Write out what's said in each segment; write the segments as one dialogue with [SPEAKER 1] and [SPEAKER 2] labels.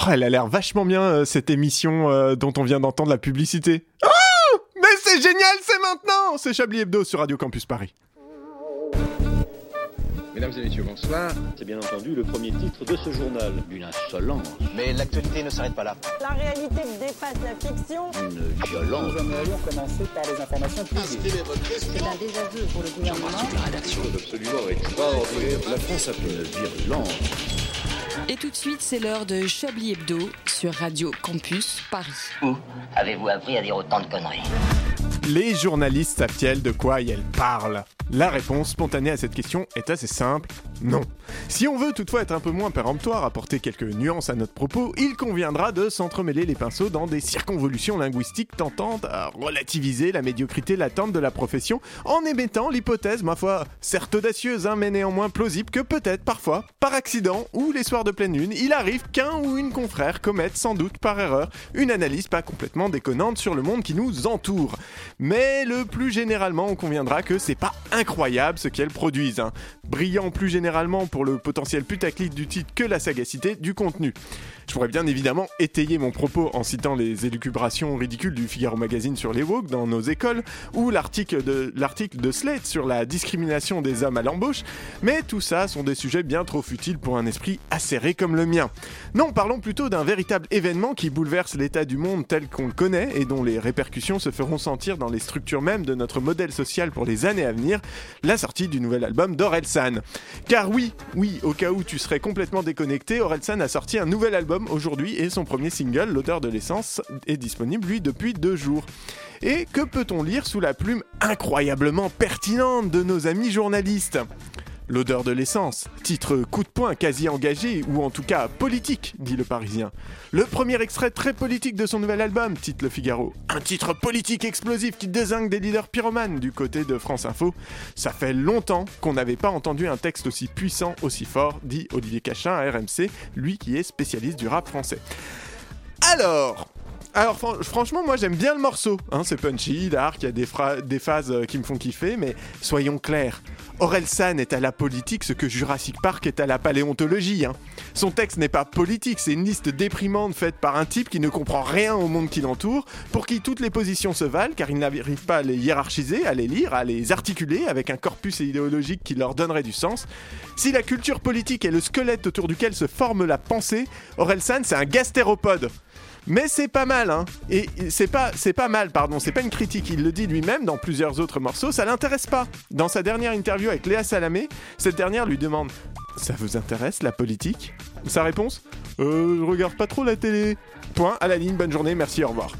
[SPEAKER 1] Oh, elle a l'air vachement bien euh, cette émission euh, dont on vient d'entendre la publicité. Oh Mais c'est génial, c'est maintenant C'est Chablis Hebdo sur Radio Campus Paris.
[SPEAKER 2] Mesdames et messieurs, bonsoir.
[SPEAKER 3] C'est bien entendu le premier titre de ce journal. Une insolence,
[SPEAKER 4] Mais l'actualité ne s'arrête pas là.
[SPEAKER 5] La réalité dépasse la fiction.
[SPEAKER 3] une violence.
[SPEAKER 6] Nous aimerions commencer par les informations publiques.
[SPEAKER 7] C'est un désaveu pour le gouvernement.
[SPEAKER 8] Et tout de suite, c'est l'heure de Chablis Hebdo sur Radio Campus Paris.
[SPEAKER 9] Où avez-vous appris à dire autant de conneries
[SPEAKER 1] Les journalistes savent-ils de quoi elles parlent La réponse spontanée à cette question est assez simple, non. Si on veut toutefois être un peu moins péremptoire, apporter quelques nuances à notre propos, il conviendra de s'entremêler les pinceaux dans des circonvolutions linguistiques tentant à relativiser la médiocrité latente de la profession en émettant l'hypothèse, ma foi, certes audacieuse, hein, mais néanmoins plausible, que peut-être parfois, par accident ou les soirs de pleine lune, il arrive qu'un ou une confrère commette sans doute par erreur une analyse pas complètement déconnante sur le monde qui nous entoure. Mais le plus généralement, on conviendra que c'est pas incroyable ce qu'elles produisent. hein. Brillant plus généralement pour le potentiel putaclic du titre que la sagacité du contenu. Je pourrais bien évidemment étayer mon propos en citant les élucubrations ridicules du Figaro Magazine sur les woke dans nos écoles, ou l'article de, l'article de Slate sur la discrimination des hommes à l'embauche, mais tout ça sont des sujets bien trop futiles pour un esprit acéré comme le mien. Non, parlons plutôt d'un véritable événement qui bouleverse l'état du monde tel qu'on le connaît et dont les répercussions se feront sentir dans les structures mêmes de notre modèle social pour les années à venir, la sortie du nouvel album d'Orelsan. Car oui, oui, au cas où tu serais complètement déconnecté, Orelsan a sorti un nouvel album aujourd'hui et son premier single, L'odeur de l'essence, est disponible lui depuis deux jours. Et que peut-on lire sous la plume incroyablement pertinente de nos amis journalistes L'odeur de l'essence, titre coup de poing quasi engagé ou en tout cas politique, dit le Parisien. Le premier extrait très politique de son nouvel album, titre Le Figaro. Un titre politique explosif qui désingue des leaders pyromanes du côté de France Info. Ça fait longtemps qu'on n'avait pas entendu un texte aussi puissant, aussi fort, dit Olivier Cachin à RMC, lui qui est spécialiste du rap français. Alors alors fran- franchement moi j'aime bien le morceau, hein, c'est punchy, dark, il y a des, phra- des phases euh, qui me font kiffer, mais soyons clairs, Orelsan est à la politique ce que Jurassic Park est à la paléontologie. hein. Son texte n'est pas politique, c'est une liste déprimante faite par un type qui ne comprend rien au monde qui l'entoure, pour qui toutes les positions se valent car il n'arrive pas à les hiérarchiser, à les lire, à les articuler avec un corpus idéologique qui leur donnerait du sens. Si la culture politique est le squelette autour duquel se forme la pensée, Orelsan c'est un gastéropode. Mais c'est pas mal, hein. Et c'est pas, c'est pas mal, pardon. C'est pas une critique. Il le dit lui-même dans plusieurs autres morceaux. Ça l'intéresse pas. Dans sa dernière interview avec Léa Salamé, cette dernière lui demande Ça vous intéresse la politique Sa réponse Euh, je regarde pas trop la télé. Point, à la ligne, bonne journée, merci, au revoir.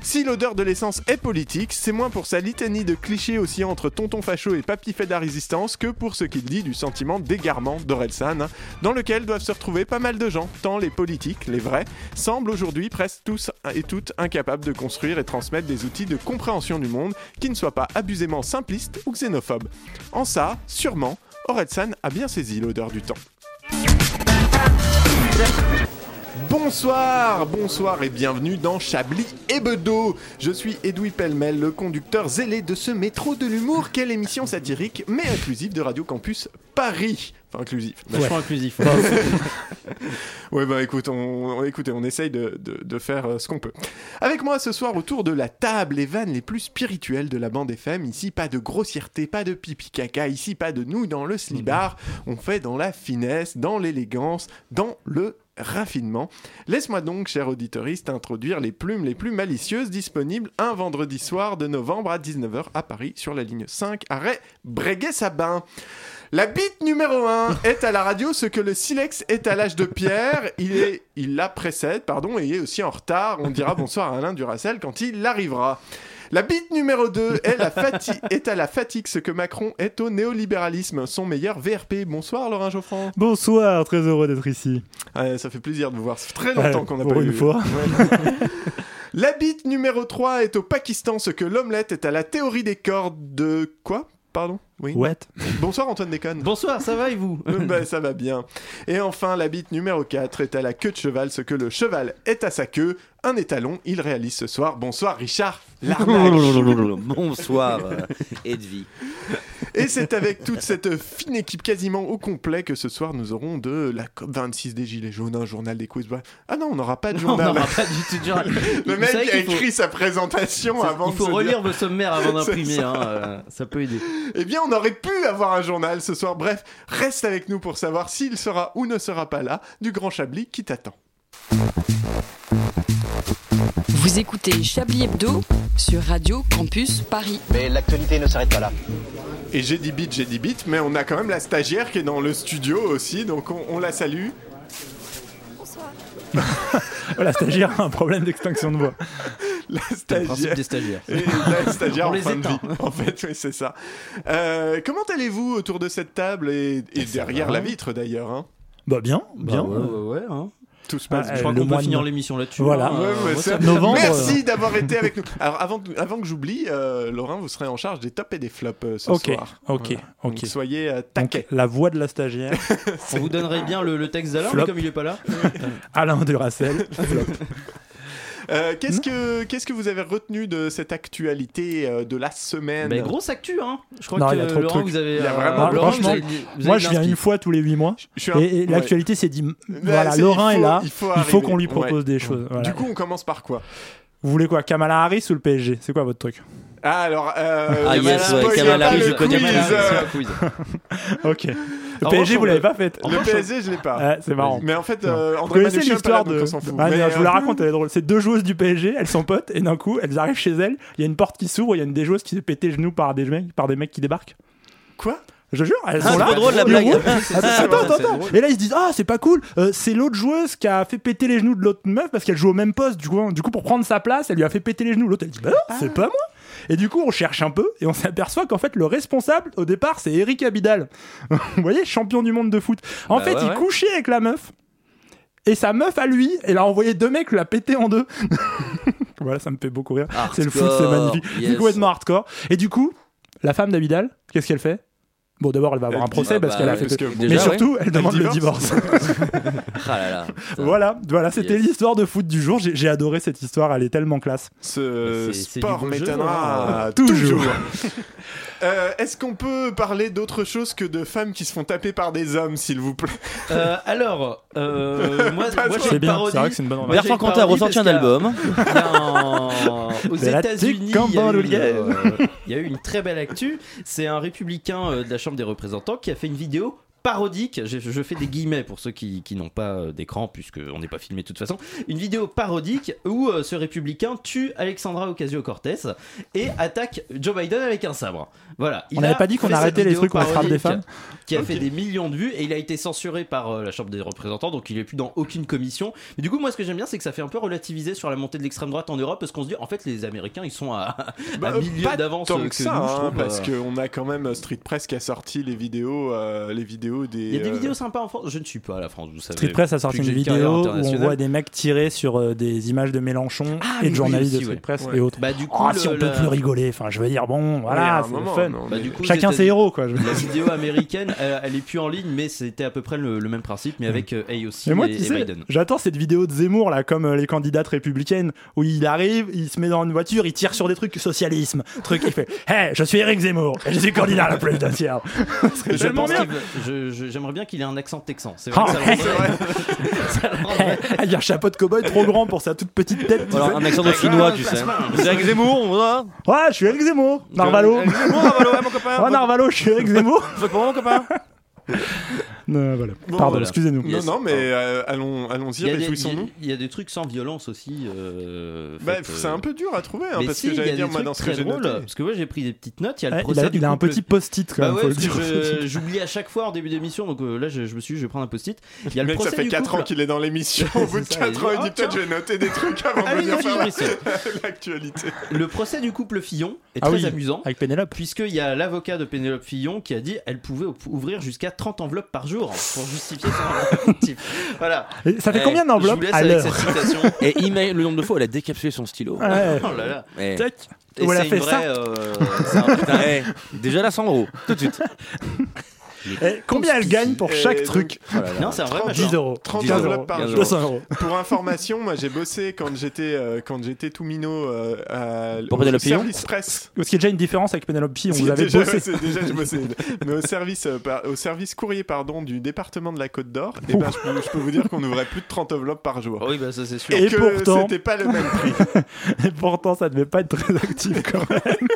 [SPEAKER 1] Si l'odeur de l'essence est politique, c'est moins pour sa litanie de clichés aussi entre tonton facho et papy fait de la résistance que pour ce qu'il dit du sentiment d'égarement d'Orelsan, hein, dans lequel doivent se retrouver pas mal de gens, tant les politiques, les vrais, semblent aujourd'hui presque tous et toutes incapables de construire et transmettre des outils de compréhension du monde qui ne soient pas abusément simplistes ou xénophobes. En ça, sûrement, Orelsan a bien saisi l'odeur du temps. Bonsoir, bonsoir et bienvenue dans Chablis Hebdo. Je suis Edoui Pellemel, le conducteur zélé de ce métro de l'humour. Quelle émission satirique mais inclusive de Radio Campus Paris. Enfin inclusive.
[SPEAKER 10] Vachement inclusif.
[SPEAKER 1] Ouais bah écoute, on, on- écoutez, on essaye de, de- de faire euh, ce qu'on peut. Avec moi ce soir autour de la table, les vannes les plus spirituelles de la bande FM. Ici, pas de grossièreté, pas de pipi caca. Ici, pas de nous dans le slibard. On fait dans la finesse, dans l'élégance, dans le raffinement. Laisse-moi donc, cher auditoriste, introduire les plumes les plus malicieuses disponibles un vendredi soir de novembre à 19h à Paris sur la ligne 5, arrêt Breguet-Sabin. La bite numéro 1 est à la radio ce que le silex est à l'âge de pierre. Il, est, il la précède, pardon, et est aussi en retard. On dira bonsoir à Alain Duracel quand il arrivera. La bite numéro 2 est, la fati- est à la fatigue ce que Macron est au néolibéralisme, son meilleur VRP. Bonsoir Laurent Geoffran.
[SPEAKER 10] Bonsoir, très heureux d'être ici.
[SPEAKER 1] Ah, ça fait plaisir de vous voir. Ça fait très longtemps
[SPEAKER 10] Ouais,
[SPEAKER 1] qu'on n'a
[SPEAKER 10] pour
[SPEAKER 1] pas
[SPEAKER 10] une
[SPEAKER 1] eu-
[SPEAKER 10] fois.
[SPEAKER 1] Ouais. La bite numéro 3 est au Pakistan ce que l'omelette est à la théorie des cordes de... Quoi Pardon Oui.
[SPEAKER 10] What
[SPEAKER 1] Bonsoir Antoine Déconne.
[SPEAKER 10] Bonsoir, ça va et vous
[SPEAKER 1] Euh, bah, ça va bien. Et enfin, la bite numéro 4 est à la queue de cheval, ce que le cheval est à sa queue. Un étalon, il réalise ce Ah, soir. Bonsoir Richard Larnac.
[SPEAKER 11] Bonsoir, euh, Edvi.
[SPEAKER 1] Et c'est avec toute cette fine équipe quasiment au complet que ce soir nous aurons de la COP26 des Gilets jaunes, un journal des quiz. bref. Ah non, on n'aura pas de
[SPEAKER 2] On
[SPEAKER 1] journal.
[SPEAKER 2] n'aura pas du tout de journal.
[SPEAKER 1] Le
[SPEAKER 2] Vous
[SPEAKER 1] mec
[SPEAKER 2] savez
[SPEAKER 1] qui a
[SPEAKER 2] qu'il faut-
[SPEAKER 1] écrit sa présentation
[SPEAKER 2] ça-
[SPEAKER 1] avant
[SPEAKER 2] il faut
[SPEAKER 1] de se dire-
[SPEAKER 2] relire vos sommaires avant
[SPEAKER 1] C'est
[SPEAKER 2] d'imprimer,
[SPEAKER 1] ça.
[SPEAKER 2] hein, euh, ça peut aider.
[SPEAKER 1] Eh bien, on aurait pu avoir un journal ce soir. Bref, reste avec nous pour savoir s'il sera ou ne sera pas là du Grand Chablis qui t'attend.
[SPEAKER 8] Vous écoutez Chablis Hebdo sur Radio Campus Paris.
[SPEAKER 4] Mais l'actualité ne s'arrête pas là.
[SPEAKER 1] Et j'ai dit bits, j'ai dit bits, mais on a quand même la stagiaire qui est dans le studio aussi, donc on, on la salue.
[SPEAKER 10] Voilà, stagiaire, un problème d'extinction de voix.
[SPEAKER 1] La
[SPEAKER 2] C'est le principe
[SPEAKER 1] stagiaire.
[SPEAKER 2] des stagiaires.
[SPEAKER 1] Et la stagiaire
[SPEAKER 2] On
[SPEAKER 1] en
[SPEAKER 2] les
[SPEAKER 1] fin de
[SPEAKER 2] éteint.
[SPEAKER 1] vie. En fait, oui, c'est ça. Euh, comment allez-vous autour de cette table et,
[SPEAKER 2] Ça
[SPEAKER 1] et derrière
[SPEAKER 2] va.
[SPEAKER 1] la vitre d'ailleurs hein
[SPEAKER 10] Bah bien,
[SPEAKER 2] Bah
[SPEAKER 10] bien.
[SPEAKER 2] ouais, ouais, ouais, hein.
[SPEAKER 1] Tout se passe
[SPEAKER 10] Ah,
[SPEAKER 2] Je
[SPEAKER 1] bien.
[SPEAKER 2] crois
[SPEAKER 10] le
[SPEAKER 2] qu'on peut
[SPEAKER 10] mois de
[SPEAKER 2] finir
[SPEAKER 10] mai.
[SPEAKER 2] l'émission là-dessus.
[SPEAKER 10] Voilà.
[SPEAKER 2] hein.
[SPEAKER 1] Ouais,
[SPEAKER 2] Euh,
[SPEAKER 1] ouais,
[SPEAKER 2] moi,
[SPEAKER 1] c'est-
[SPEAKER 2] ça me-
[SPEAKER 10] novembre.
[SPEAKER 1] Merci d'avoir été avec nous. Alors avant, avant que j'oublie, euh, Laurent, vous serez en charge des tops et des flops euh, ce
[SPEAKER 10] Ok,
[SPEAKER 1] soir.
[SPEAKER 10] ok,
[SPEAKER 1] Voilà.
[SPEAKER 10] ok.
[SPEAKER 1] Donc soyez euh,
[SPEAKER 10] Donc,
[SPEAKER 1] taquets.
[SPEAKER 10] la voix de la stagiaire,
[SPEAKER 2] On vous donnerait bien le, le texte d'alors,
[SPEAKER 10] Flop.
[SPEAKER 2] mais comme il est pas là.
[SPEAKER 10] Alain Duracel.
[SPEAKER 1] Euh, qu'est-ce que qu'est-ce que vous avez retenu de cette actualité euh, de la semaine
[SPEAKER 2] Mais grosse actu, hein. Je crois
[SPEAKER 10] Non,
[SPEAKER 2] que
[SPEAKER 10] il y a trop de
[SPEAKER 2] Laurent,
[SPEAKER 10] trucs.
[SPEAKER 2] vous avez.
[SPEAKER 1] Il y a
[SPEAKER 2] euh,
[SPEAKER 1] vraiment-
[SPEAKER 2] Laurent, vous
[SPEAKER 10] Franchement,
[SPEAKER 2] avez- vous
[SPEAKER 10] Moi,
[SPEAKER 2] avez
[SPEAKER 10] je
[SPEAKER 2] de
[SPEAKER 10] viens une
[SPEAKER 2] l'inspi.
[SPEAKER 10] fois tous les huit mois.
[SPEAKER 1] Je suis un-
[SPEAKER 10] Et, et
[SPEAKER 1] ouais.
[SPEAKER 10] l'actualité s'est dit,
[SPEAKER 1] Là,
[SPEAKER 10] voilà,
[SPEAKER 1] c'est-
[SPEAKER 10] Laurin
[SPEAKER 1] il
[SPEAKER 10] est
[SPEAKER 1] faut-
[SPEAKER 10] là,
[SPEAKER 1] Il faut,
[SPEAKER 10] il faut
[SPEAKER 1] arriver.
[SPEAKER 10] qu'on lui propose
[SPEAKER 1] Ouais.
[SPEAKER 10] des choses. voilà.
[SPEAKER 1] Du coup, on commence par quoi
[SPEAKER 10] Vous voulez quoi Kamala Harris ou le PSG C'est quoi votre truc
[SPEAKER 1] Ah, alors, euh,
[SPEAKER 2] Ah,
[SPEAKER 1] ne me
[SPEAKER 2] yes, ouais,
[SPEAKER 1] spoilez
[SPEAKER 2] Kamala
[SPEAKER 1] pas
[SPEAKER 2] Harris,
[SPEAKER 1] le
[SPEAKER 2] je connais
[SPEAKER 1] quiz,
[SPEAKER 2] Kamala Harris,
[SPEAKER 1] euh,
[SPEAKER 2] c'est un quiz.
[SPEAKER 10] Ok. Le
[SPEAKER 2] En revanche,
[SPEAKER 10] PSG, vous
[SPEAKER 2] on
[SPEAKER 10] l'avez
[SPEAKER 2] le-
[SPEAKER 10] pas fait
[SPEAKER 1] Le PSG, je l'ai pas.
[SPEAKER 10] C'est marrant.
[SPEAKER 1] Mais en fait,
[SPEAKER 10] Euh, Non.
[SPEAKER 1] euh,
[SPEAKER 10] Vous
[SPEAKER 1] André
[SPEAKER 10] connaissez
[SPEAKER 1] Manouchian est pas là,
[SPEAKER 10] l'histoire
[SPEAKER 1] donc
[SPEAKER 10] de.
[SPEAKER 1] on s'en fout.
[SPEAKER 10] Ah,
[SPEAKER 1] Mais,
[SPEAKER 10] mais je vous
[SPEAKER 1] euh,
[SPEAKER 10] la raconte, elle est drôle. C'est deux joueuses du PSG, elles sont potes, et d'un coup, elles arrivent chez elles, il y a une porte qui s'ouvre, il y a une des joueuses qui s'est pété le genou par des mecs, par des mecs qui débarquent.
[SPEAKER 1] Quoi
[SPEAKER 10] Je jure, elles
[SPEAKER 2] Ah,
[SPEAKER 10] sont
[SPEAKER 2] c'est
[SPEAKER 10] là.
[SPEAKER 2] pas drôle la
[SPEAKER 10] ils
[SPEAKER 2] blague.
[SPEAKER 10] roulent. Attends, attends, attends. Et là, ils se disent Ah, c'est pas cool, euh, c'est l'autre joueuse qui a fait péter les genoux de l'autre meuf parce qu'elle joue au même poste. Du coup, hein. du coup, pour prendre sa place, elle lui a fait péter les genoux. L'autre, elle dit Bah non,
[SPEAKER 2] Ah.
[SPEAKER 10] c'est pas moi. Et du coup, on cherche un peu et on s'aperçoit qu'en fait, le responsable au départ, c'est Eric Abidal. Vous voyez, champion du monde de foot. En
[SPEAKER 2] Bah
[SPEAKER 10] fait,
[SPEAKER 2] ouais,
[SPEAKER 10] il
[SPEAKER 2] ouais.
[SPEAKER 10] couchait avec la meuf. Et sa meuf à lui, elle a envoyé deux mecs la péter en deux. voilà, ça me fait beaucoup rire.
[SPEAKER 2] Ah,
[SPEAKER 10] C'est le foot, c'est
[SPEAKER 2] Hardcore,
[SPEAKER 10] magnifique.
[SPEAKER 2] yes.
[SPEAKER 10] C'est complètement hardcore. Et du coup, la femme d'Abidal, qu'est-ce qu'elle fait Bon, d'abord, elle va avoir
[SPEAKER 1] Elle
[SPEAKER 10] un procès
[SPEAKER 2] dit-
[SPEAKER 10] parce
[SPEAKER 2] Ah
[SPEAKER 10] qu'elle
[SPEAKER 2] bah,
[SPEAKER 10] a fait.
[SPEAKER 2] parce
[SPEAKER 1] que-
[SPEAKER 10] Mais
[SPEAKER 2] Déjà,
[SPEAKER 10] surtout, elle demande
[SPEAKER 1] Elle
[SPEAKER 10] le divorce.
[SPEAKER 2] Ah là là. Ça-
[SPEAKER 10] voilà, voilà, c'était
[SPEAKER 2] Yes.
[SPEAKER 10] l'histoire de foot du jour. J'ai j'ai adoré cette histoire, elle est tellement classe.
[SPEAKER 1] Ce
[SPEAKER 2] C'est- c'est
[SPEAKER 1] sport
[SPEAKER 2] du bon jeu,
[SPEAKER 1] m'étonnera
[SPEAKER 10] hein.
[SPEAKER 1] toujours.
[SPEAKER 10] Toujours.
[SPEAKER 1] Euh, Est-ce qu'on peut parler d'autre chose que de femmes qui se font taper par des hommes, s'il vous plaît
[SPEAKER 2] Euh, alors, euh, moi, moi j'ai
[SPEAKER 10] C'est
[SPEAKER 2] une
[SPEAKER 10] bien,
[SPEAKER 2] parodie.
[SPEAKER 10] c'est vrai que c'est une bonne
[SPEAKER 2] Moi, j'ai
[SPEAKER 10] remarque.
[SPEAKER 2] une
[SPEAKER 11] Bertrand Cantat a
[SPEAKER 2] parodie
[SPEAKER 11] ressorti un
[SPEAKER 2] parce qu'à-
[SPEAKER 11] album.
[SPEAKER 2] Non. Aux
[SPEAKER 10] De la
[SPEAKER 2] États-Unis, il y, a eu,
[SPEAKER 10] Ticanbolière.
[SPEAKER 2] euh, il y a eu une très belle actu. C'est un républicain euh, de la Chambre des représentants qui a fait une vidéo parodique. Je, je fais des guillemets pour ceux qui, qui n'ont pas euh, d'écran puisque on n'est pas filmé de toute façon. Une vidéo parodique où euh, ce républicain tue Alexandra Ocasio-Cortez et attaque Joe Biden avec un sabre. Voilà. Il
[SPEAKER 10] On n'avait
[SPEAKER 2] a
[SPEAKER 10] pas dit qu'on
[SPEAKER 2] fait cette
[SPEAKER 10] arrêtait les
[SPEAKER 2] vidéo
[SPEAKER 10] trucs où on frappe des
[SPEAKER 2] parodique
[SPEAKER 10] femmes
[SPEAKER 2] qui a fait des millions de vues et il a été censuré par euh, la Chambre des représentants donc il est plus dans aucune commission mais du coup moi ce que j'aime bien c'est que ça fait un peu relativiser sur la montée de l'extrême droite en Europe parce qu'on se dit en fait les Américains ils sont à,
[SPEAKER 1] Bah,
[SPEAKER 2] un milieu
[SPEAKER 1] pas
[SPEAKER 2] d'avance
[SPEAKER 1] tant
[SPEAKER 2] que
[SPEAKER 1] que, ça,
[SPEAKER 2] nous, je
[SPEAKER 1] hein,
[SPEAKER 2] trouve,
[SPEAKER 1] parce
[SPEAKER 2] euh.
[SPEAKER 1] qu'on a quand même Street Press qui a sorti les vidéos, euh, les vidéos des.
[SPEAKER 2] il y a des
[SPEAKER 1] euh,
[SPEAKER 2] vidéos sympas en France je ne suis pas à la France vous savez
[SPEAKER 10] Street Press a
[SPEAKER 2] Plus
[SPEAKER 10] sorti
[SPEAKER 2] que
[SPEAKER 10] une
[SPEAKER 2] j'ai carrière
[SPEAKER 10] vidéo où on
[SPEAKER 2] internationale.
[SPEAKER 10] voit des mecs tirer sur euh, des images de Mélenchon
[SPEAKER 2] Ah,
[SPEAKER 10] et
[SPEAKER 2] oui,
[SPEAKER 10] de journalistes
[SPEAKER 2] aussi,
[SPEAKER 10] de
[SPEAKER 2] ouais.
[SPEAKER 10] Street Press
[SPEAKER 1] Ouais.
[SPEAKER 10] et autres.
[SPEAKER 2] bah du coup
[SPEAKER 10] Ah,
[SPEAKER 2] le-
[SPEAKER 10] si on peut
[SPEAKER 2] la-
[SPEAKER 10] plus rigoler, enfin, je veux dire, bon,
[SPEAKER 1] ouais, à
[SPEAKER 10] voilà,
[SPEAKER 1] un
[SPEAKER 10] Ah, c'est
[SPEAKER 1] moment,
[SPEAKER 10] fun.
[SPEAKER 1] non,
[SPEAKER 2] Bah,
[SPEAKER 1] mais-
[SPEAKER 2] du coup,
[SPEAKER 10] Chacun
[SPEAKER 2] aux
[SPEAKER 10] ses héros, quoi. je-
[SPEAKER 2] la vidéo américaine elle, elle est plus en ligne mais c'était à peu près le, le même principe mais avec euh, AOC
[SPEAKER 10] Mais moi,
[SPEAKER 2] et,
[SPEAKER 10] tu
[SPEAKER 2] et
[SPEAKER 10] sais,
[SPEAKER 2] Biden
[SPEAKER 10] j'attends cette vidéo de Zemmour, là, comme euh, les candidates républicaines, où il arrive, il se met dans une voiture, il tire sur des trucs socialisme, truc, il fait Hey, je suis Eric Zemmour, et je suis candidat à la présidentielle. Ce serait
[SPEAKER 2] je
[SPEAKER 10] tellement
[SPEAKER 2] pense
[SPEAKER 10] bien.
[SPEAKER 2] qu'il veut- je- je- j'aimerais bien qu'il ait un accent texan c'est vrai que
[SPEAKER 10] Ah,
[SPEAKER 2] ça le
[SPEAKER 10] ouais.
[SPEAKER 2] rendrait- ça le rendrait-
[SPEAKER 10] Hey, Ah, il y a un chapeau de cow-boy trop grand pour sa toute petite tête. tu
[SPEAKER 11] Voilà, un accent de chinois, tu sais. C'est avec Zemmour, on voit.
[SPEAKER 10] sais. Ouais, je suis Eric Zemmour, Narvalo.
[SPEAKER 11] Avec Zemmour, Narvalo, ouais, mon copain.
[SPEAKER 10] Ouais, Narvalo, je suis Eric Zemmour.
[SPEAKER 11] Vote pour moi, mon copain.
[SPEAKER 10] Non, voilà.
[SPEAKER 1] Bon,
[SPEAKER 10] Pardon,
[SPEAKER 1] voilà.
[SPEAKER 10] excusez-nous.
[SPEAKER 1] Non, non, mais euh, allons, allons-y,
[SPEAKER 2] Il y, a des,
[SPEAKER 1] réjouissons-nous.
[SPEAKER 2] il y a des trucs sans violence aussi. euh,
[SPEAKER 1] Bah,
[SPEAKER 2] faites,
[SPEAKER 1] c'est
[SPEAKER 2] euh,
[SPEAKER 1] un peu dur à trouver, hein,
[SPEAKER 2] mais
[SPEAKER 1] parce
[SPEAKER 2] si,
[SPEAKER 1] que
[SPEAKER 2] il y a
[SPEAKER 1] j'allais
[SPEAKER 2] des
[SPEAKER 1] dire, moi,
[SPEAKER 2] trucs
[SPEAKER 1] dans ce que
[SPEAKER 2] très
[SPEAKER 1] j'ai
[SPEAKER 2] drôles,
[SPEAKER 1] noté.
[SPEAKER 2] Parce que moi j'ai pris des petites notes. Il y a le
[SPEAKER 10] Ouais, il
[SPEAKER 2] procès.
[SPEAKER 10] a,
[SPEAKER 2] du
[SPEAKER 10] il a un
[SPEAKER 2] couple-
[SPEAKER 10] petit post-it quand
[SPEAKER 2] Bah
[SPEAKER 10] même,
[SPEAKER 2] ouais,
[SPEAKER 10] faut le
[SPEAKER 2] parce
[SPEAKER 10] dire.
[SPEAKER 2] que je- j'oublie à chaque fois en début d'émission, donc euh, là je, je me suis dit, je vais prendre un post-it. Il y a
[SPEAKER 1] Le
[SPEAKER 2] le
[SPEAKER 1] mec,
[SPEAKER 2] procès
[SPEAKER 1] ça fait
[SPEAKER 2] du
[SPEAKER 1] 4
[SPEAKER 2] couple-
[SPEAKER 1] ans qu'il est dans l'émission. Au bout de
[SPEAKER 2] c'est ça,
[SPEAKER 1] 4
[SPEAKER 2] il Ah
[SPEAKER 1] ans,
[SPEAKER 2] dit, Ah,
[SPEAKER 1] il dit peut-être je vais noter des trucs avant de
[SPEAKER 2] Allez,
[SPEAKER 1] venir
[SPEAKER 2] vas-y,
[SPEAKER 1] faire la-
[SPEAKER 2] Brice.
[SPEAKER 1] l'actualité.
[SPEAKER 2] Le procès du couple Fillon est
[SPEAKER 10] Ah
[SPEAKER 2] très
[SPEAKER 10] oui.
[SPEAKER 2] amusant.
[SPEAKER 10] Avec Pénélope.
[SPEAKER 2] Puisqu'il y a l'avocat de Pénélope Fillon qui a dit elle pouvait op- ouvrir jusqu'à 30 enveloppes par jour hein, pour justifier son type. Voilà.
[SPEAKER 10] Et ça fait
[SPEAKER 11] Eh,
[SPEAKER 10] combien
[SPEAKER 2] Je
[SPEAKER 10] d'enveloppes
[SPEAKER 2] vous laisse
[SPEAKER 10] à
[SPEAKER 2] avec
[SPEAKER 10] l'heure
[SPEAKER 2] cette citation.
[SPEAKER 11] Et imagine le nombre de fois où elle a décapsulé son stylo.
[SPEAKER 10] Ouais.
[SPEAKER 2] Oh là là.
[SPEAKER 11] Eh.
[SPEAKER 10] Tac.
[SPEAKER 2] Et
[SPEAKER 10] Ou elle a
[SPEAKER 2] c'est une
[SPEAKER 10] fait ça.
[SPEAKER 2] vraie. euh, c'est un-
[SPEAKER 11] Putain, eh, Déjà là, 100 euros. Tout de suite.
[SPEAKER 10] Eh, combien elle gagne pour chaque
[SPEAKER 1] Et euh,
[SPEAKER 10] truc
[SPEAKER 11] Oh
[SPEAKER 2] Non, c'est un vrai machin.
[SPEAKER 10] 10 euros,
[SPEAKER 1] 30
[SPEAKER 10] 15
[SPEAKER 1] enveloppes
[SPEAKER 10] euros,
[SPEAKER 1] par jour.
[SPEAKER 10] 200 euros.
[SPEAKER 1] Pour information, moi j'ai bossé quand j'étais euh, quand j'étais tout minot euh, à,
[SPEAKER 11] Pour
[SPEAKER 1] au
[SPEAKER 11] Pénélope Fillon
[SPEAKER 1] service presse.
[SPEAKER 10] Ce qui est déjà une différence avec Penelope, Pi, on vous avait
[SPEAKER 1] déjà,
[SPEAKER 10] bossé.
[SPEAKER 1] c'est- déjà, je bossais. Mais au service, euh, par- au service courrier pardon, du département de la Côte d'Or, eh ben, je, peux, je peux vous dire qu'on ouvrait plus de 30 enveloppes par jour.
[SPEAKER 2] Oui, bah ça c'est sûr.
[SPEAKER 10] Et
[SPEAKER 1] que
[SPEAKER 10] pourtant-
[SPEAKER 1] c'était pas le même prix.
[SPEAKER 10] Et pourtant, ça devait pas être très actif quand même.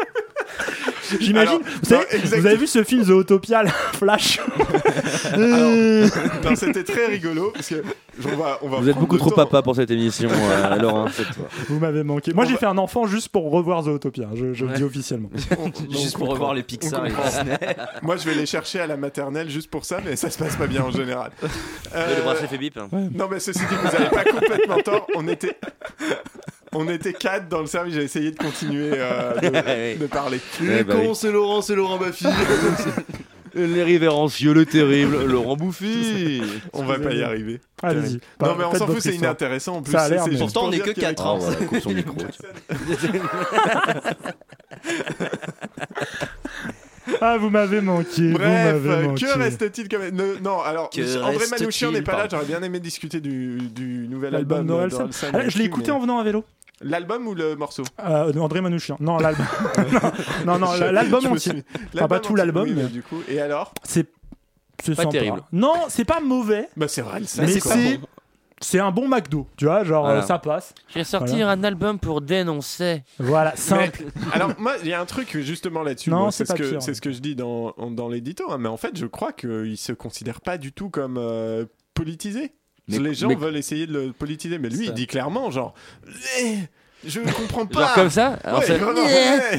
[SPEAKER 10] J'imagine.
[SPEAKER 1] Alors,
[SPEAKER 10] Vous, savez,
[SPEAKER 1] non, exact-
[SPEAKER 10] vous avez vu ce film The Autopia, là, Flash Euh,
[SPEAKER 1] Non, c'était très rigolo parce que on va, on va
[SPEAKER 11] Vous êtes
[SPEAKER 1] prendre
[SPEAKER 11] beaucoup
[SPEAKER 1] le
[SPEAKER 11] trop
[SPEAKER 1] temps.
[SPEAKER 11] papa pour cette émission, euh, Laurent.
[SPEAKER 10] Vous m'avez manqué. Moi, j'ai fait un enfant juste pour revoir The Autopia, je, je le
[SPEAKER 11] Ouais.
[SPEAKER 10] dis officiellement.
[SPEAKER 1] On-
[SPEAKER 2] Juste pour
[SPEAKER 1] on comprend.
[SPEAKER 2] revoir les Pixar
[SPEAKER 1] On
[SPEAKER 2] et
[SPEAKER 1] comprend.
[SPEAKER 2] Disney.
[SPEAKER 1] Moi, je vais les chercher à la maternelle juste pour ça, mais ça se passe pas bien en général. Euh,
[SPEAKER 11] Le bracelet fait bip. hein.
[SPEAKER 1] Non, mais ceci dit, vous avez pas complètement tort. On était, on était quatre dans le service. J'ai essayé de continuer euh, de, de parler.
[SPEAKER 11] Eh bah oui.
[SPEAKER 2] c'est Laurent, c'est Laurent ma fille.
[SPEAKER 11] Les révérencieux, le terrible, Laurent Bouffy.
[SPEAKER 1] On va pas y arriver.
[SPEAKER 10] Allez-y.
[SPEAKER 1] non, mais on
[SPEAKER 10] Faites
[SPEAKER 1] s'en fout,
[SPEAKER 10] votre
[SPEAKER 1] c'est
[SPEAKER 10] histoire.
[SPEAKER 1] inintéressant. En plus,
[SPEAKER 10] Ça a
[SPEAKER 1] c'est-
[SPEAKER 10] l'air,
[SPEAKER 1] c'est
[SPEAKER 10] mais-
[SPEAKER 1] juste
[SPEAKER 2] Pourtant, on
[SPEAKER 1] pour
[SPEAKER 2] est
[SPEAKER 1] dire
[SPEAKER 2] que
[SPEAKER 1] qu'il y a
[SPEAKER 2] quatre, hein.
[SPEAKER 1] personne.
[SPEAKER 11] Ah, voilà, coupe son micro. tiens.
[SPEAKER 10] Ah, vous m'avez manqué.
[SPEAKER 1] Bref,
[SPEAKER 10] vous m'avez
[SPEAKER 1] euh,
[SPEAKER 10] manqué.
[SPEAKER 1] que reste-t-il comme... Ne- Non, alors,
[SPEAKER 2] Que
[SPEAKER 1] André
[SPEAKER 2] reste-t-il,
[SPEAKER 1] Manouchian n'est pas là,
[SPEAKER 2] pardon.
[SPEAKER 1] j'aurais bien aimé discuter du, du nouvel
[SPEAKER 10] L'album
[SPEAKER 1] album.
[SPEAKER 10] Noël,
[SPEAKER 1] euh,
[SPEAKER 10] ça-
[SPEAKER 1] d'Orelsan
[SPEAKER 10] Ah, je l'ai
[SPEAKER 1] là-dessus,
[SPEAKER 10] écouté
[SPEAKER 1] mais-
[SPEAKER 10] en venant à vélo.
[SPEAKER 1] L'album ou le morceau
[SPEAKER 10] Euh, André Manouchian. Non, l'album. non, Ah non,
[SPEAKER 1] Je-
[SPEAKER 10] l'album
[SPEAKER 1] je me
[SPEAKER 10] entier.
[SPEAKER 1] suis-
[SPEAKER 10] Enfin, pas tout
[SPEAKER 1] entier,
[SPEAKER 10] l'album,
[SPEAKER 1] oui,
[SPEAKER 10] mais-
[SPEAKER 1] bah, du coup. Et alors
[SPEAKER 10] C'est c'est
[SPEAKER 11] Pas
[SPEAKER 10] sympa.
[SPEAKER 11] terrible.
[SPEAKER 10] Non, c'est pas mauvais.
[SPEAKER 1] Bah, c'est vrai,
[SPEAKER 10] Mais c'est
[SPEAKER 1] quoi.
[SPEAKER 10] c'est- c'est un bon McDo, tu vois, genre
[SPEAKER 11] Voilà.
[SPEAKER 10] euh, ça passe.
[SPEAKER 11] Je vais sortir un album pour dénoncer.
[SPEAKER 10] Voilà, simple.
[SPEAKER 1] Alors, moi, il y a un truc justement là-dessus.
[SPEAKER 10] Non,
[SPEAKER 1] moi,
[SPEAKER 10] c'est
[SPEAKER 1] c'est ce,
[SPEAKER 10] pas
[SPEAKER 1] que-
[SPEAKER 10] pire.
[SPEAKER 1] c'est ce que je dis dans, en- dans l'édito. hein, mais en fait, je crois qu'il se considère pas du tout comme euh, politisé.
[SPEAKER 11] Mais-
[SPEAKER 1] Les gens
[SPEAKER 11] mais-
[SPEAKER 1] veulent essayer de le politiser. Mais lui,
[SPEAKER 2] Ça.
[SPEAKER 1] il dit clairement genre. Eh, je comprends pas. Bah,
[SPEAKER 11] Genre comme ça Alors
[SPEAKER 1] Ouais,
[SPEAKER 11] ça-
[SPEAKER 1] non, non, ouais.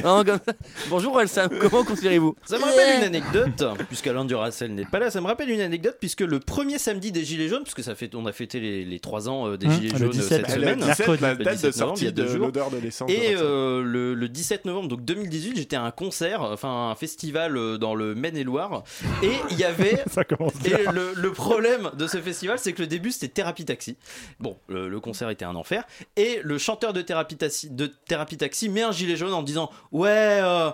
[SPEAKER 11] Bah Non, comme ça. Bonjour Elsa, comment considérez-vous
[SPEAKER 2] Ça me rappelle une
[SPEAKER 1] Euh.
[SPEAKER 2] anecdote, puisqu'Alain Duracel n'est pas là, ça me rappelle une anecdote, puisque le premier samedi des Gilets jaunes, puisque ça fait, on a fêté les, les 3 ans euh, des
[SPEAKER 1] Hein
[SPEAKER 10] Mmh,
[SPEAKER 2] Gilets
[SPEAKER 1] Ah,
[SPEAKER 10] le
[SPEAKER 2] jaunes euh,
[SPEAKER 10] 17,
[SPEAKER 2] cette
[SPEAKER 1] Elle
[SPEAKER 2] semaine.
[SPEAKER 1] a 17, la
[SPEAKER 2] Le
[SPEAKER 1] date de
[SPEAKER 2] 17 novembre, il y
[SPEAKER 1] sortie
[SPEAKER 2] a
[SPEAKER 1] de
[SPEAKER 2] deux jours.
[SPEAKER 1] l'odeur de l'essence. de
[SPEAKER 2] Et
[SPEAKER 1] Vincent.
[SPEAKER 2] euh, le, le 17 novembre donc 2018, j'étais à un concert, euh, enfin un festival euh, dans le Maine-et-Loire, et il y avait
[SPEAKER 10] ça commence
[SPEAKER 2] et
[SPEAKER 10] bien.
[SPEAKER 2] le, le problème de ce festival, c'est que le début c'était Thérapie Taxi. Bon, le, le concert était un enfer. Et le chanteur de Thérapie Taxi, de Thérapie Taxi met un gilet jaune en disant Ouais, euh,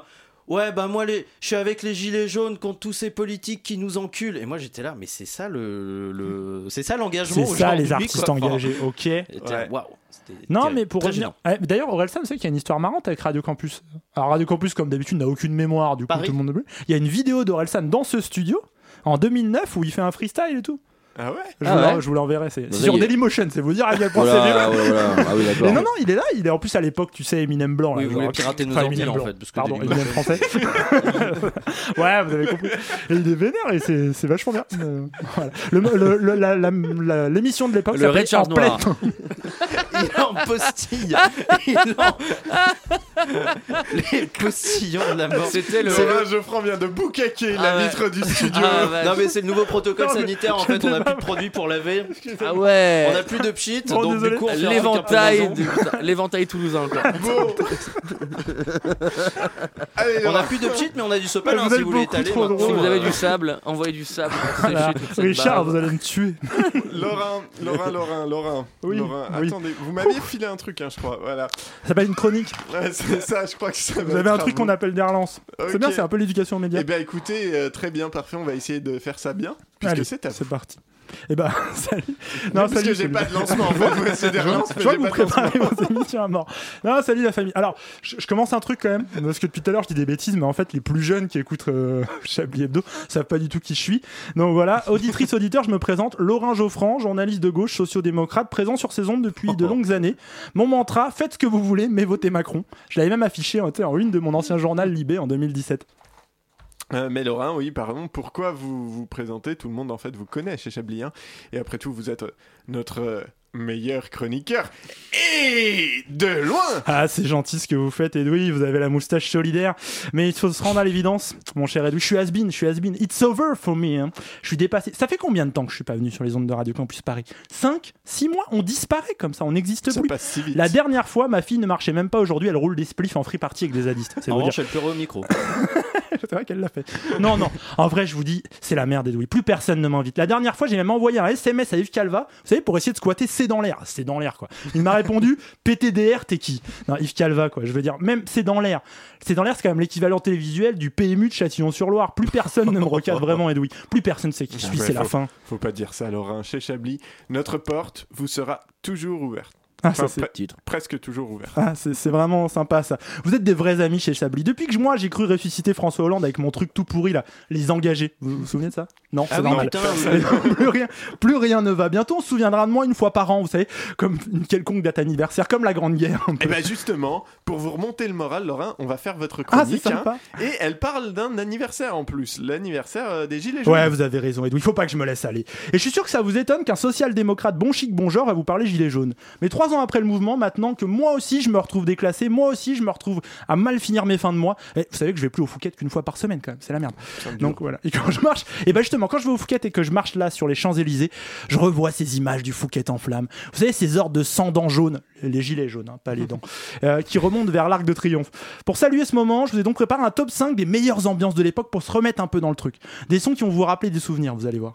[SPEAKER 2] ouais, bah moi, les, je suis avec les gilets jaunes contre tous ces politiques qui nous enculent. Et moi j'étais là, mais c'est ça le. le- c'est ça l'engagement.
[SPEAKER 10] C'est ça
[SPEAKER 2] aujourd'hui,
[SPEAKER 10] les artistes
[SPEAKER 2] quoi. Enfin,
[SPEAKER 10] engagés, ok.
[SPEAKER 2] j'étais
[SPEAKER 1] Ouais.
[SPEAKER 2] là, Waouh. c'était
[SPEAKER 10] Non,
[SPEAKER 2] terrible.
[SPEAKER 10] mais pour
[SPEAKER 2] Très
[SPEAKER 10] revenir.
[SPEAKER 2] gênant.
[SPEAKER 10] Ouais, mais D'ailleurs, Orelsan, c'est qu'il y a une histoire marrante avec Radio Campus. Alors, Radio Campus, comme d'habitude, n'a aucune mémoire, du coup,
[SPEAKER 2] Paris.
[SPEAKER 10] tout le monde oublie. Il y a une vidéo d'Orelsan dans ce studio. En 2009, où il fait un freestyle et tout.
[SPEAKER 1] Ah ouais
[SPEAKER 10] Je
[SPEAKER 11] Ah
[SPEAKER 10] vous l'en-
[SPEAKER 11] ouais
[SPEAKER 10] je vous l'enverrai. C'est
[SPEAKER 11] Bah,
[SPEAKER 10] c'est
[SPEAKER 11] ça
[SPEAKER 10] sur
[SPEAKER 11] y est.
[SPEAKER 10] Dailymotion, c'est vous dire à quel point c'est nul.
[SPEAKER 11] Voilà, voilà, voilà. Ah oui, d'accord.
[SPEAKER 10] Mais non, non, il est là, il est en plus à l'époque, tu sais, Eminem blanc.
[SPEAKER 2] Oui,
[SPEAKER 10] là,
[SPEAKER 2] vous
[SPEAKER 10] genre,
[SPEAKER 2] voulez pirater nos
[SPEAKER 10] enfin,
[SPEAKER 2] ordi,
[SPEAKER 10] Eminem
[SPEAKER 2] là, en
[SPEAKER 10] blanc.
[SPEAKER 2] fait, parce que
[SPEAKER 10] Pardon,
[SPEAKER 2] Dailymotion-
[SPEAKER 10] Eminem français. ouais, vous avez compris. Et il est vénère et c'est c'est vachement bien. Euh, voilà. Le- le- le- la- la- la- L'émission de l'époque,
[SPEAKER 11] Le
[SPEAKER 10] s'appelait
[SPEAKER 11] Richard
[SPEAKER 10] En pleine
[SPEAKER 11] Noir.
[SPEAKER 10] Temps.
[SPEAKER 2] Il en postille. Il en- Les postillons de la mort.
[SPEAKER 11] C'était le.
[SPEAKER 1] C'est là, Geoffran vient de boucaquer la
[SPEAKER 11] Ah ouais.
[SPEAKER 1] vitre du studio.
[SPEAKER 11] Ah, vache.
[SPEAKER 2] Non mais c'est le nouveau protocole
[SPEAKER 10] Non, mais-
[SPEAKER 2] sanitaire en fait, on n'a plus de produits pour laver,
[SPEAKER 11] Ah ouais.
[SPEAKER 2] on n'a plus de pchit,
[SPEAKER 10] Oh,
[SPEAKER 2] donc
[SPEAKER 10] désolé.
[SPEAKER 2] du coup on fait un truc un peu
[SPEAKER 11] L'éventail,
[SPEAKER 2] maison.
[SPEAKER 11] de- putain, l'éventail toulousain quoi.
[SPEAKER 1] Bon. Allez,
[SPEAKER 2] On n'a plus de pchit mais on a du
[SPEAKER 10] Ah,
[SPEAKER 2] sopalin
[SPEAKER 10] vous
[SPEAKER 2] Bah si
[SPEAKER 10] êtes
[SPEAKER 2] vous voulez
[SPEAKER 10] beaucoup
[SPEAKER 2] étaler
[SPEAKER 10] trop
[SPEAKER 2] maintenant.
[SPEAKER 11] Si vous avez
[SPEAKER 2] euh,
[SPEAKER 11] du sable, envoyez du sable.
[SPEAKER 10] Voilà. Richard, vous
[SPEAKER 11] vous
[SPEAKER 10] allez me tuer.
[SPEAKER 1] Laurin, Laurin, Laurin, Laurin.
[SPEAKER 10] Oui,
[SPEAKER 1] Laurin,
[SPEAKER 10] oui.
[SPEAKER 1] attendez, vous m'aviez filé un truc, hein, je crois. Voilà.
[SPEAKER 10] Ça s'appelle une chronique.
[SPEAKER 1] Ouais, c'est ça, je crois que ça
[SPEAKER 10] Vous avez un truc qu'on appelle des relances. C'est bien, c'est un peu l'éducation aux médias.
[SPEAKER 1] Eh bien, écoutez, euh, très bien, parfait, on va essayer de faire ça bien. Puisque
[SPEAKER 10] Allez,
[SPEAKER 1] c'est ta
[SPEAKER 10] c'est parti. Et ben, salut.
[SPEAKER 1] Non, parce
[SPEAKER 10] salut,
[SPEAKER 1] que j'ai
[SPEAKER 10] salut.
[SPEAKER 1] pas de lancement, en fait. Ouais, C'est des relances,
[SPEAKER 10] Je
[SPEAKER 1] mais
[SPEAKER 10] vois
[SPEAKER 1] j'ai
[SPEAKER 10] que vous
[SPEAKER 1] pas de lancement.
[SPEAKER 10] préparez vos émissions à mort. Non, salut la famille. Alors, je, je commence un truc quand même, parce que depuis tout à l'heure je dis des bêtises, mais en fait les plus jeunes qui écoutent euh, Chablis Hebdo savent pas du tout qui je suis. Donc voilà, auditrice, auditeur, je me présente, Laurin Geoffran, journaliste de gauche, sociodémocrate, présent sur ces ondes depuis
[SPEAKER 1] Oh.
[SPEAKER 10] de longues années. Mon mantra, faites ce que vous voulez, mais votez Macron. Je l'avais même affiché tu sais, en une de mon ancien journal Libé en 2017.
[SPEAKER 1] Euh, mais Laurin, oui, pardon, pourquoi vous vous présentez Tout le monde, en fait, vous connaît chez Chablis. hein. Et après tout, vous êtes euh, notre euh, meilleur chroniqueur. Et de loin
[SPEAKER 10] Ah, c'est gentil ce que vous faites, Edoui, vous avez la moustache solidaire. Mais il faut se rendre à l'évidence, mon cher Edoui. Je suis has-been, je suis has-been. It's over for me. hein. Je suis dépassé. Ça fait combien de temps que je suis pas venu sur les ondes de Radio Campus Paris 5 6 mois On disparaît comme ça, on n'existe
[SPEAKER 1] Ça
[SPEAKER 10] plus.
[SPEAKER 1] passe si vite.
[SPEAKER 10] La dernière fois, ma fille ne marchait même pas aujourd'hui, elle roule des spliffs en free party avec des zadistes. C'est
[SPEAKER 2] Ah, En
[SPEAKER 10] vous dire.
[SPEAKER 2] revanche elle pleurait au micro.
[SPEAKER 10] C'est vrai qu'elle l'a fait. Non, non. En vrai, je vous dis, c'est la merde, Edoui. Plus personne ne m'invite. La dernière fois, j'ai même envoyé un SMS à Yves Calva, vous savez, pour essayer de squatter C'est dans l'air. C'est dans l'air, quoi. Il m'a répondu du PTDR, t'es qui Non, Yves Calva, quoi. Je veux dire, même c'est dans l'air. C'est dans l'air, c'est quand même l'équivalent télévisuel du PMU de Châtillon-sur-Loire. Plus personne ne me recadre vraiment, Edoui. Plus personne sait qui je suis,
[SPEAKER 1] mais
[SPEAKER 10] c'est la
[SPEAKER 1] faut-
[SPEAKER 10] fin.
[SPEAKER 1] Faut pas dire ça, Laurent. Chez Chablis, notre porte vous sera toujours ouverte.
[SPEAKER 10] Ah, ça,
[SPEAKER 1] Enfin,
[SPEAKER 10] c'est-
[SPEAKER 1] pre- Presque toujours ouverte.
[SPEAKER 10] Ah, c'est c'est vraiment sympa ça. Vous êtes des vrais amis chez Chablis. Depuis que moi j'ai cru ressusciter François Hollande avec mon truc tout pourri là, les engagés. Vous vous souvenez de ça Non, Ah,
[SPEAKER 1] Ah
[SPEAKER 10] c'est
[SPEAKER 2] oui,
[SPEAKER 10] normal.
[SPEAKER 2] putain,
[SPEAKER 10] plus, rien, plus rien ne va. Bientôt on se souviendra de moi une fois par an, vous savez, comme une quelconque date anniversaire, comme la Grande Guerre. un peu.
[SPEAKER 1] Et ben justement, pour vous remonter le moral, Laurent, on va faire votre
[SPEAKER 10] Ah, c'est
[SPEAKER 1] chronique. hein.
[SPEAKER 10] sympa.
[SPEAKER 1] et elle parle d'un anniversaire en plus, l'anniversaire euh, des Gilets jaunes.
[SPEAKER 10] Ouais, vous avez raison, Edou. Il faut pas que je me laisse aller. Et je suis sûr que ça vous étonne qu'un social-démocrate bon chic, bon genre va vous parler gilet jaune. Mais trois ans après le mouvement, maintenant que moi aussi je me retrouve déclassé, moi aussi je me retrouve à mal finir mes fins de mois. Et vous savez que je vais plus au Fouquet qu'une fois par semaine quand même. C'est la merde. Donc voilà. Et quand je marche, et ben justement, quand je vais au Fouquet et que je marche là sur les Champs-Élysées, je revois ces images du Fouquet en flammes. Vous savez, ces ordres de sandans jaunes, les gilets jaunes, hein, pas les dents, euh, qui remontent vers l'Arc de Triomphe. Pour saluer ce moment, je vous ai donc préparé un top 5 des meilleures ambiances de l'époque pour se remettre un peu dans le truc. Des sons qui vont vous rappeler des souvenirs, vous allez voir.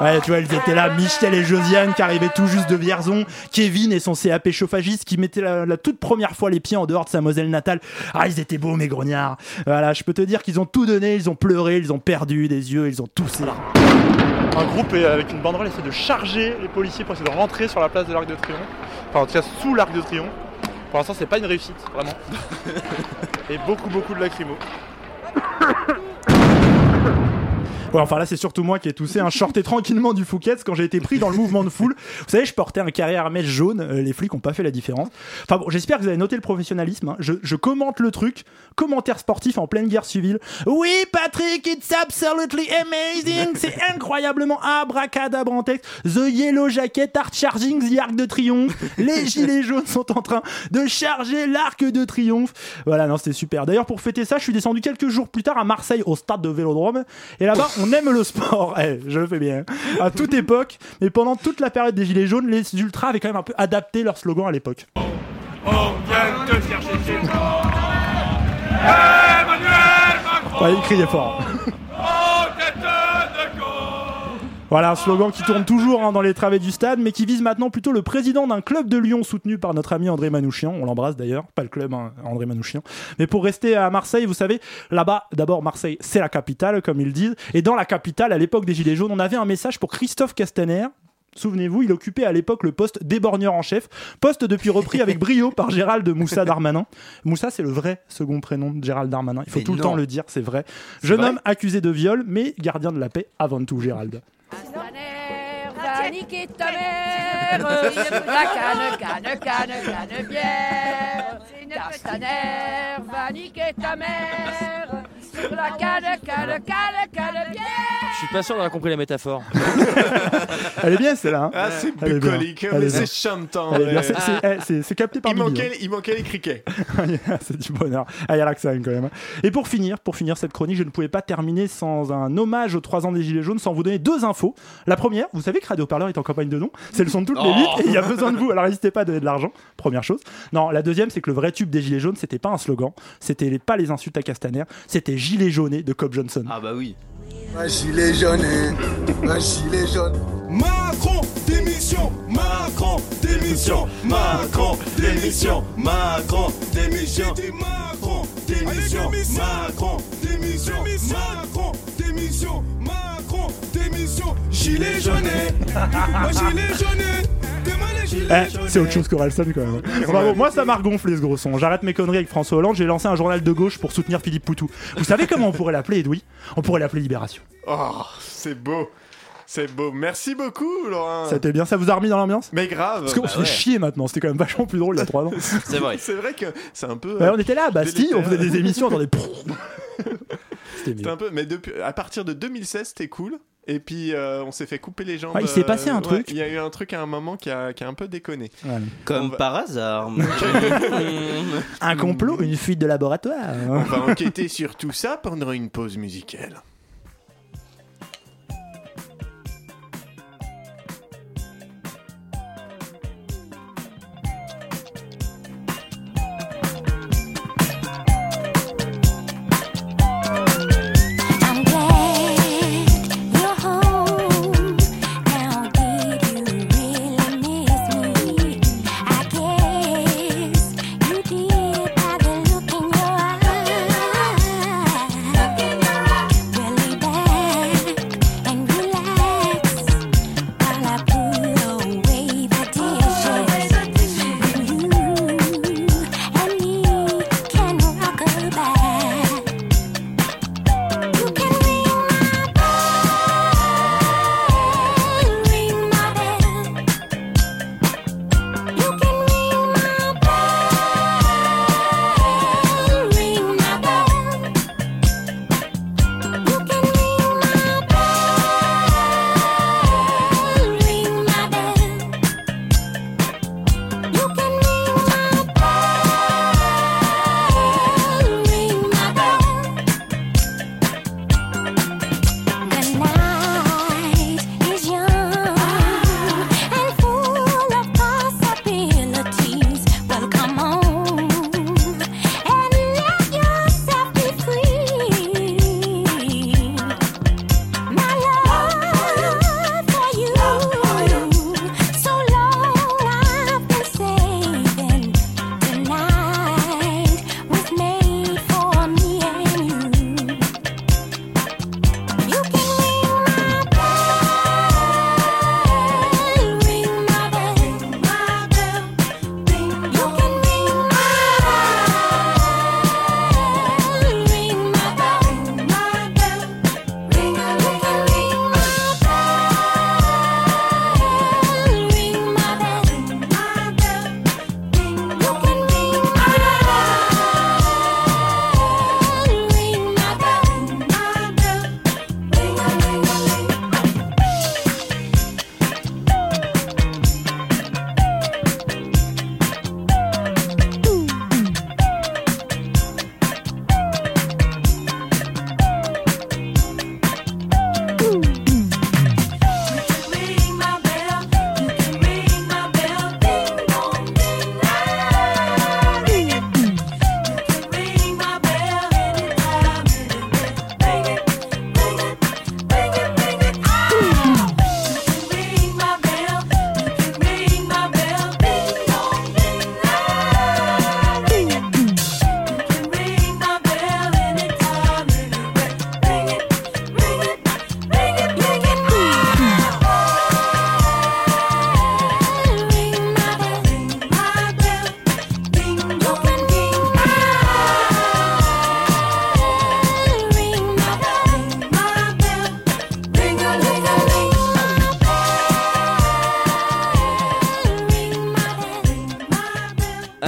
[SPEAKER 10] Ouais, tu vois, ils étaient là, Michel et Josiane qui arrivaient tout juste de Vierzon, Kevin et son CAP chauffagiste qui mettait la, la toute première fois les pieds en dehors de sa Moselle natale. Ah, ils étaient beaux, mes grognards. Voilà, je peux te dire qu'ils ont tout donné, ils ont pleuré, ils ont perdu des yeux, ils ont toussé.
[SPEAKER 12] Un groupe euh, avec une banderole essaie de charger les policiers pour essayer de rentrer sur la place de l'Arc de Triomphe. Enfin, en tout cas, sous l'Arc de Triomphe. Pour l'instant, c'est pas une réussite, vraiment. Et beaucoup, beaucoup de lacrymo.
[SPEAKER 10] Ouais, enfin là, c'est surtout moi qui ai toussé. un shorté tranquillement du Fouquet quand j'ai été pris dans le mouvement de foule. Vous savez, je portais un carré armé jaune. euh, les flics ont pas fait la différence. Enfin bon, j'espère que vous avez noté le professionnalisme. hein. Je, je commente le truc. Commentaire sportif en pleine guerre civile. Oui, Patrick, it's absolutely amazing. C'est incroyablement abracadabrantec. The yellow jacket are charging the arc de triomphe. Les gilets jaunes sont en train de charger l'arc de triomphe. Voilà, non, c'était super. D'ailleurs, pour fêter ça, je suis descendu quelques jours plus tard à Marseille au stade de Vélodrome. Et là-bas, on aime le sport. Eh, je le fais bien. À toute époque, mais pendant toute la période des gilets jaunes, les ultras avaient quand même un peu adapté leur slogan à l'époque. Ouais, il criait fort. Voilà un slogan qui tourne toujours hein, dans les travées du stade, mais qui vise maintenant plutôt le président d'un club de Lyon soutenu par notre ami André Manouchian. On l'embrasse d'ailleurs, pas le club, hein, André Manouchian. Mais pour rester à Marseille, vous savez, là-bas, d'abord Marseille, c'est la capitale, comme ils disent. Et dans la capitale, à l'époque des Gilets jaunes, on avait un message pour Christophe Castaner. Souvenez-vous, il occupait à l'époque le poste d'éborgneur en chef, poste depuis repris avec brio par Gérald Moussa Darmanin. Moussa, c'est le vrai second prénom de Gérald Darmanin. Il faut
[SPEAKER 2] Mais
[SPEAKER 10] tout le
[SPEAKER 2] non.
[SPEAKER 10] temps le dire, c'est vrai. Jeune
[SPEAKER 2] vrai
[SPEAKER 10] homme accusé de viol, mais gardien de la paix avant tout, Gérald.
[SPEAKER 7] Va niquer ta mère, la canne, canne, canne, canne, bière. Castaner, va niquer ta mère, sur la canne, canne, canne, canne, bière.
[SPEAKER 11] Je suis pas sûr d'avoir compris la métaphore.
[SPEAKER 10] Elle est bien celle-là. hein
[SPEAKER 1] Ah, c'est
[SPEAKER 10] Elle est bien.
[SPEAKER 1] bucolique,
[SPEAKER 10] Elle est
[SPEAKER 1] mais
[SPEAKER 10] bien.
[SPEAKER 1] c'est chantant.
[SPEAKER 10] Elle est
[SPEAKER 1] mais-
[SPEAKER 10] bien, c'est- c'est- eh, c'est- c'est capté par
[SPEAKER 1] Il,
[SPEAKER 10] Bibi,
[SPEAKER 1] manquait, il manquait les criquets.
[SPEAKER 10] hein. c'est du bonheur. Ah, il y a l'accent quand même. Et pour finir, pour finir cette chronique, je ne pouvais pas terminer sans un hommage aux 3 ans des Gilets jaunes, sans vous donner deux infos. La première, vous savez que Radio Parleur est en campagne de nom, c'est le son de toute
[SPEAKER 1] Oh.
[SPEAKER 10] l'élite et il y a besoin de vous, alors n'hésitez pas à donner de l'argent, première chose. Non, la deuxième, c'est que le vrai tube des Gilets jaunes, c'était pas un slogan, c'était les- pas les insultes à Castaner, c'était Gilets jaunés de Cobb Johnson.
[SPEAKER 2] Ah bah oui.
[SPEAKER 12] Un gilet jaune, un gilet jaune.
[SPEAKER 13] Macron, démission, Macron, démission, Macron, démission, Macron, démission, Macron, démission, Macron, démission, Macron, démission, Macron, démission, gilet jaune, moi gilet jaune, demain les gilets
[SPEAKER 10] Eh, c'est autre chose que Ralston quand même. Bravo, moi ça m'a regonflé ce gros son. J'arrête mes conneries avec François Hollande, j'ai lancé un journal de gauche pour soutenir Philippe Poutou. Vous savez comment on pourrait l'appeler, Edoui On pourrait l'appeler Libération.
[SPEAKER 1] Oh, c'est beau. C'est beau. Merci beaucoup, Laurent.
[SPEAKER 10] Ça a été bien, ça vous a remis dans l'ambiance
[SPEAKER 1] Mais grave.
[SPEAKER 10] Parce qu'on se fait
[SPEAKER 2] ouais.
[SPEAKER 10] chier maintenant, c'était quand même vachement plus drôle il y a 3 ans.
[SPEAKER 2] C'est vrai.
[SPEAKER 1] Euh, bah C'est vrai que c'est un peu.
[SPEAKER 10] Bah, on était là à Bastille, on
[SPEAKER 1] Délétère.
[SPEAKER 10] faisait des émissions, on entendait. C'était
[SPEAKER 1] C'était
[SPEAKER 10] mieux.
[SPEAKER 1] un peu, mais depuis, à partir de 2016, c'était cool. Et puis, euh, on s'est fait couper les jambes.
[SPEAKER 10] Ouais, Ah, il s'est
[SPEAKER 1] euh,
[SPEAKER 10] passé un
[SPEAKER 1] ouais,
[SPEAKER 10] truc.
[SPEAKER 1] Il y a eu un truc à un moment qui a, qui a un peu déconné.
[SPEAKER 10] Voilà.
[SPEAKER 1] On
[SPEAKER 2] Comme
[SPEAKER 1] va-
[SPEAKER 2] par hasard.
[SPEAKER 10] Un complot, une fuite de laboratoire. hein.
[SPEAKER 1] On va enquêter sur tout ça pendant une pause musicale.
[SPEAKER 7] I'm glad you're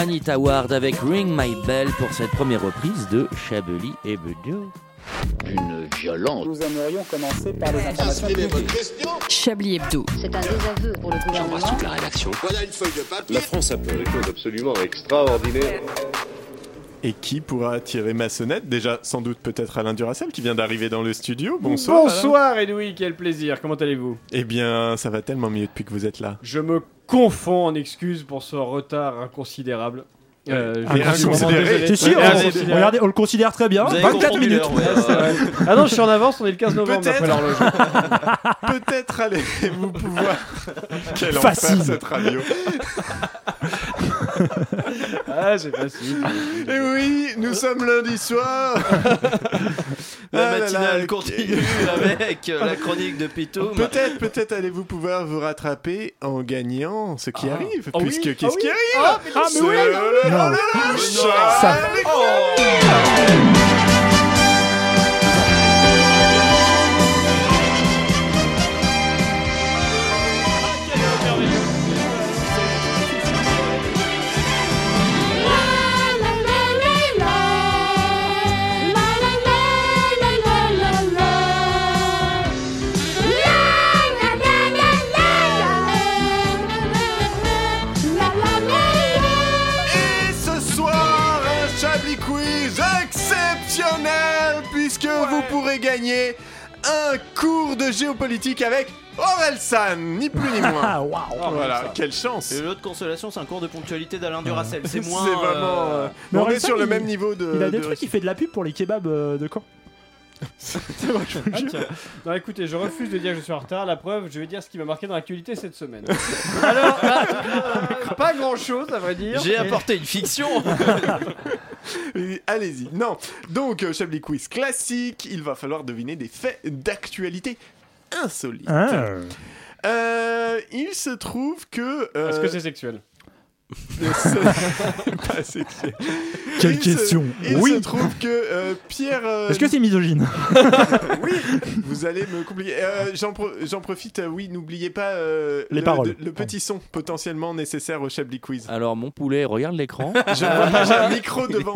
[SPEAKER 14] Spirit Award avec Ring My Bell pour cette première reprise de Chablis et Bedio. Une violente.
[SPEAKER 6] Nous aimerions commencer par les informations privées.
[SPEAKER 8] Chablis Hebdo.
[SPEAKER 15] C'est un désaveu pour le gouvernement.
[SPEAKER 14] J'embrasse toute la rédaction.
[SPEAKER 13] Voilà une feuille de papier.
[SPEAKER 14] La France a peur.
[SPEAKER 3] Quelque chose d'absolument extraordinaire.
[SPEAKER 1] Et qui pourra tirer ma sonnette Déjà, sans doute peut-être Alain Duracel qui vient d'arriver dans le studio. Bonsoir. Alain.
[SPEAKER 16] Bonsoir Edoui, quel plaisir, comment allez-vous
[SPEAKER 1] Eh bien, ça va tellement mieux depuis que vous êtes là.
[SPEAKER 16] Je me confonds en excuses pour ce retard inconsidérable. Euh,
[SPEAKER 10] Ah,
[SPEAKER 16] je suis vraiment désolé.
[SPEAKER 10] Si, si, on-
[SPEAKER 16] Inconsidéré.
[SPEAKER 10] regardez, on le considère très bien.
[SPEAKER 16] Vous avez
[SPEAKER 10] 24
[SPEAKER 16] confondu
[SPEAKER 10] minutes.
[SPEAKER 16] l'heure, ouais, ouais, ouais. Ah non, je suis en avance, on est le 15 novembre
[SPEAKER 1] Peut-être.
[SPEAKER 16] après l'horloge.
[SPEAKER 1] Peut-être allez-vous pouvoir. Quel
[SPEAKER 16] Facile.
[SPEAKER 1] enfer cette radio.
[SPEAKER 16] Ah, c'est facile.
[SPEAKER 1] Et oui, nous sommes lundi soir.
[SPEAKER 2] La
[SPEAKER 1] Ah là là,
[SPEAKER 2] matinale
[SPEAKER 1] ok.
[SPEAKER 2] continue
[SPEAKER 10] Ah,
[SPEAKER 2] avec euh, la chronique de Pitoum.
[SPEAKER 1] Peut-être, peut-être allez-vous pouvoir vous rattraper en gagnant ce qui arrive.
[SPEAKER 2] Ah oui,
[SPEAKER 1] puisque
[SPEAKER 2] ah
[SPEAKER 1] qu'est-ce
[SPEAKER 2] oui.
[SPEAKER 1] qui arrive
[SPEAKER 2] Ah, mais
[SPEAKER 1] C'est
[SPEAKER 2] oui.
[SPEAKER 1] le-
[SPEAKER 2] Non.
[SPEAKER 1] le- le-
[SPEAKER 13] Ça-
[SPEAKER 1] Charlie Et ce soir, un Chablis Quiz exceptionnel puisque vous pourrez gagner un cours de géopolitique avec Orelsan, ni plus ni moins.
[SPEAKER 10] Ah, Waouh.
[SPEAKER 1] Voilà, quelle chance.
[SPEAKER 2] Et l'autre consolation, c'est un cours de ponctualité d'Alain Duracel. C'est
[SPEAKER 1] C'est
[SPEAKER 2] moins.
[SPEAKER 1] vraiment,
[SPEAKER 2] euh,
[SPEAKER 1] euh, Mais on est sur le même niveau de-
[SPEAKER 10] Il a des
[SPEAKER 1] de-
[SPEAKER 10] trucs, il fait de la pub pour les kebabs euh, de Caen.
[SPEAKER 16] Ah, tiens. Non, écoutez, je refuse de dire que je suis en retard. La preuve, je vais dire ce qui m'a marqué dans l'actualité cette semaine. Alors, euh, pas grand chose, à vrai
[SPEAKER 10] euh,
[SPEAKER 16] dire.
[SPEAKER 2] J'ai apporté une fiction.
[SPEAKER 1] Et Allez-y. Non. Donc, euh, Chablis Quiz classique, il va falloir deviner des faits d'actualité insolites.
[SPEAKER 10] Ah.
[SPEAKER 1] Euh, il se trouve que. euh,
[SPEAKER 16] Est-ce que c'est sexuel
[SPEAKER 1] Bah, c'est pas sexuel.
[SPEAKER 10] Quelle
[SPEAKER 1] Il se-
[SPEAKER 10] question.
[SPEAKER 1] Il
[SPEAKER 10] Oui.
[SPEAKER 1] se trouve que euh, Pierre. euh,
[SPEAKER 10] Est-ce que c'est misogyne
[SPEAKER 1] oui, vous allez me compliquer. Euh, J'en pro- j'en profite, euh, oui, n'oubliez pas euh,
[SPEAKER 10] Les
[SPEAKER 1] le,
[SPEAKER 10] paroles.
[SPEAKER 1] le petit son potentiellement nécessaire au Chablis Quiz.
[SPEAKER 14] Alors mon poulet, regarde l'écran.
[SPEAKER 1] Je vois pas, j'ai un micro devant.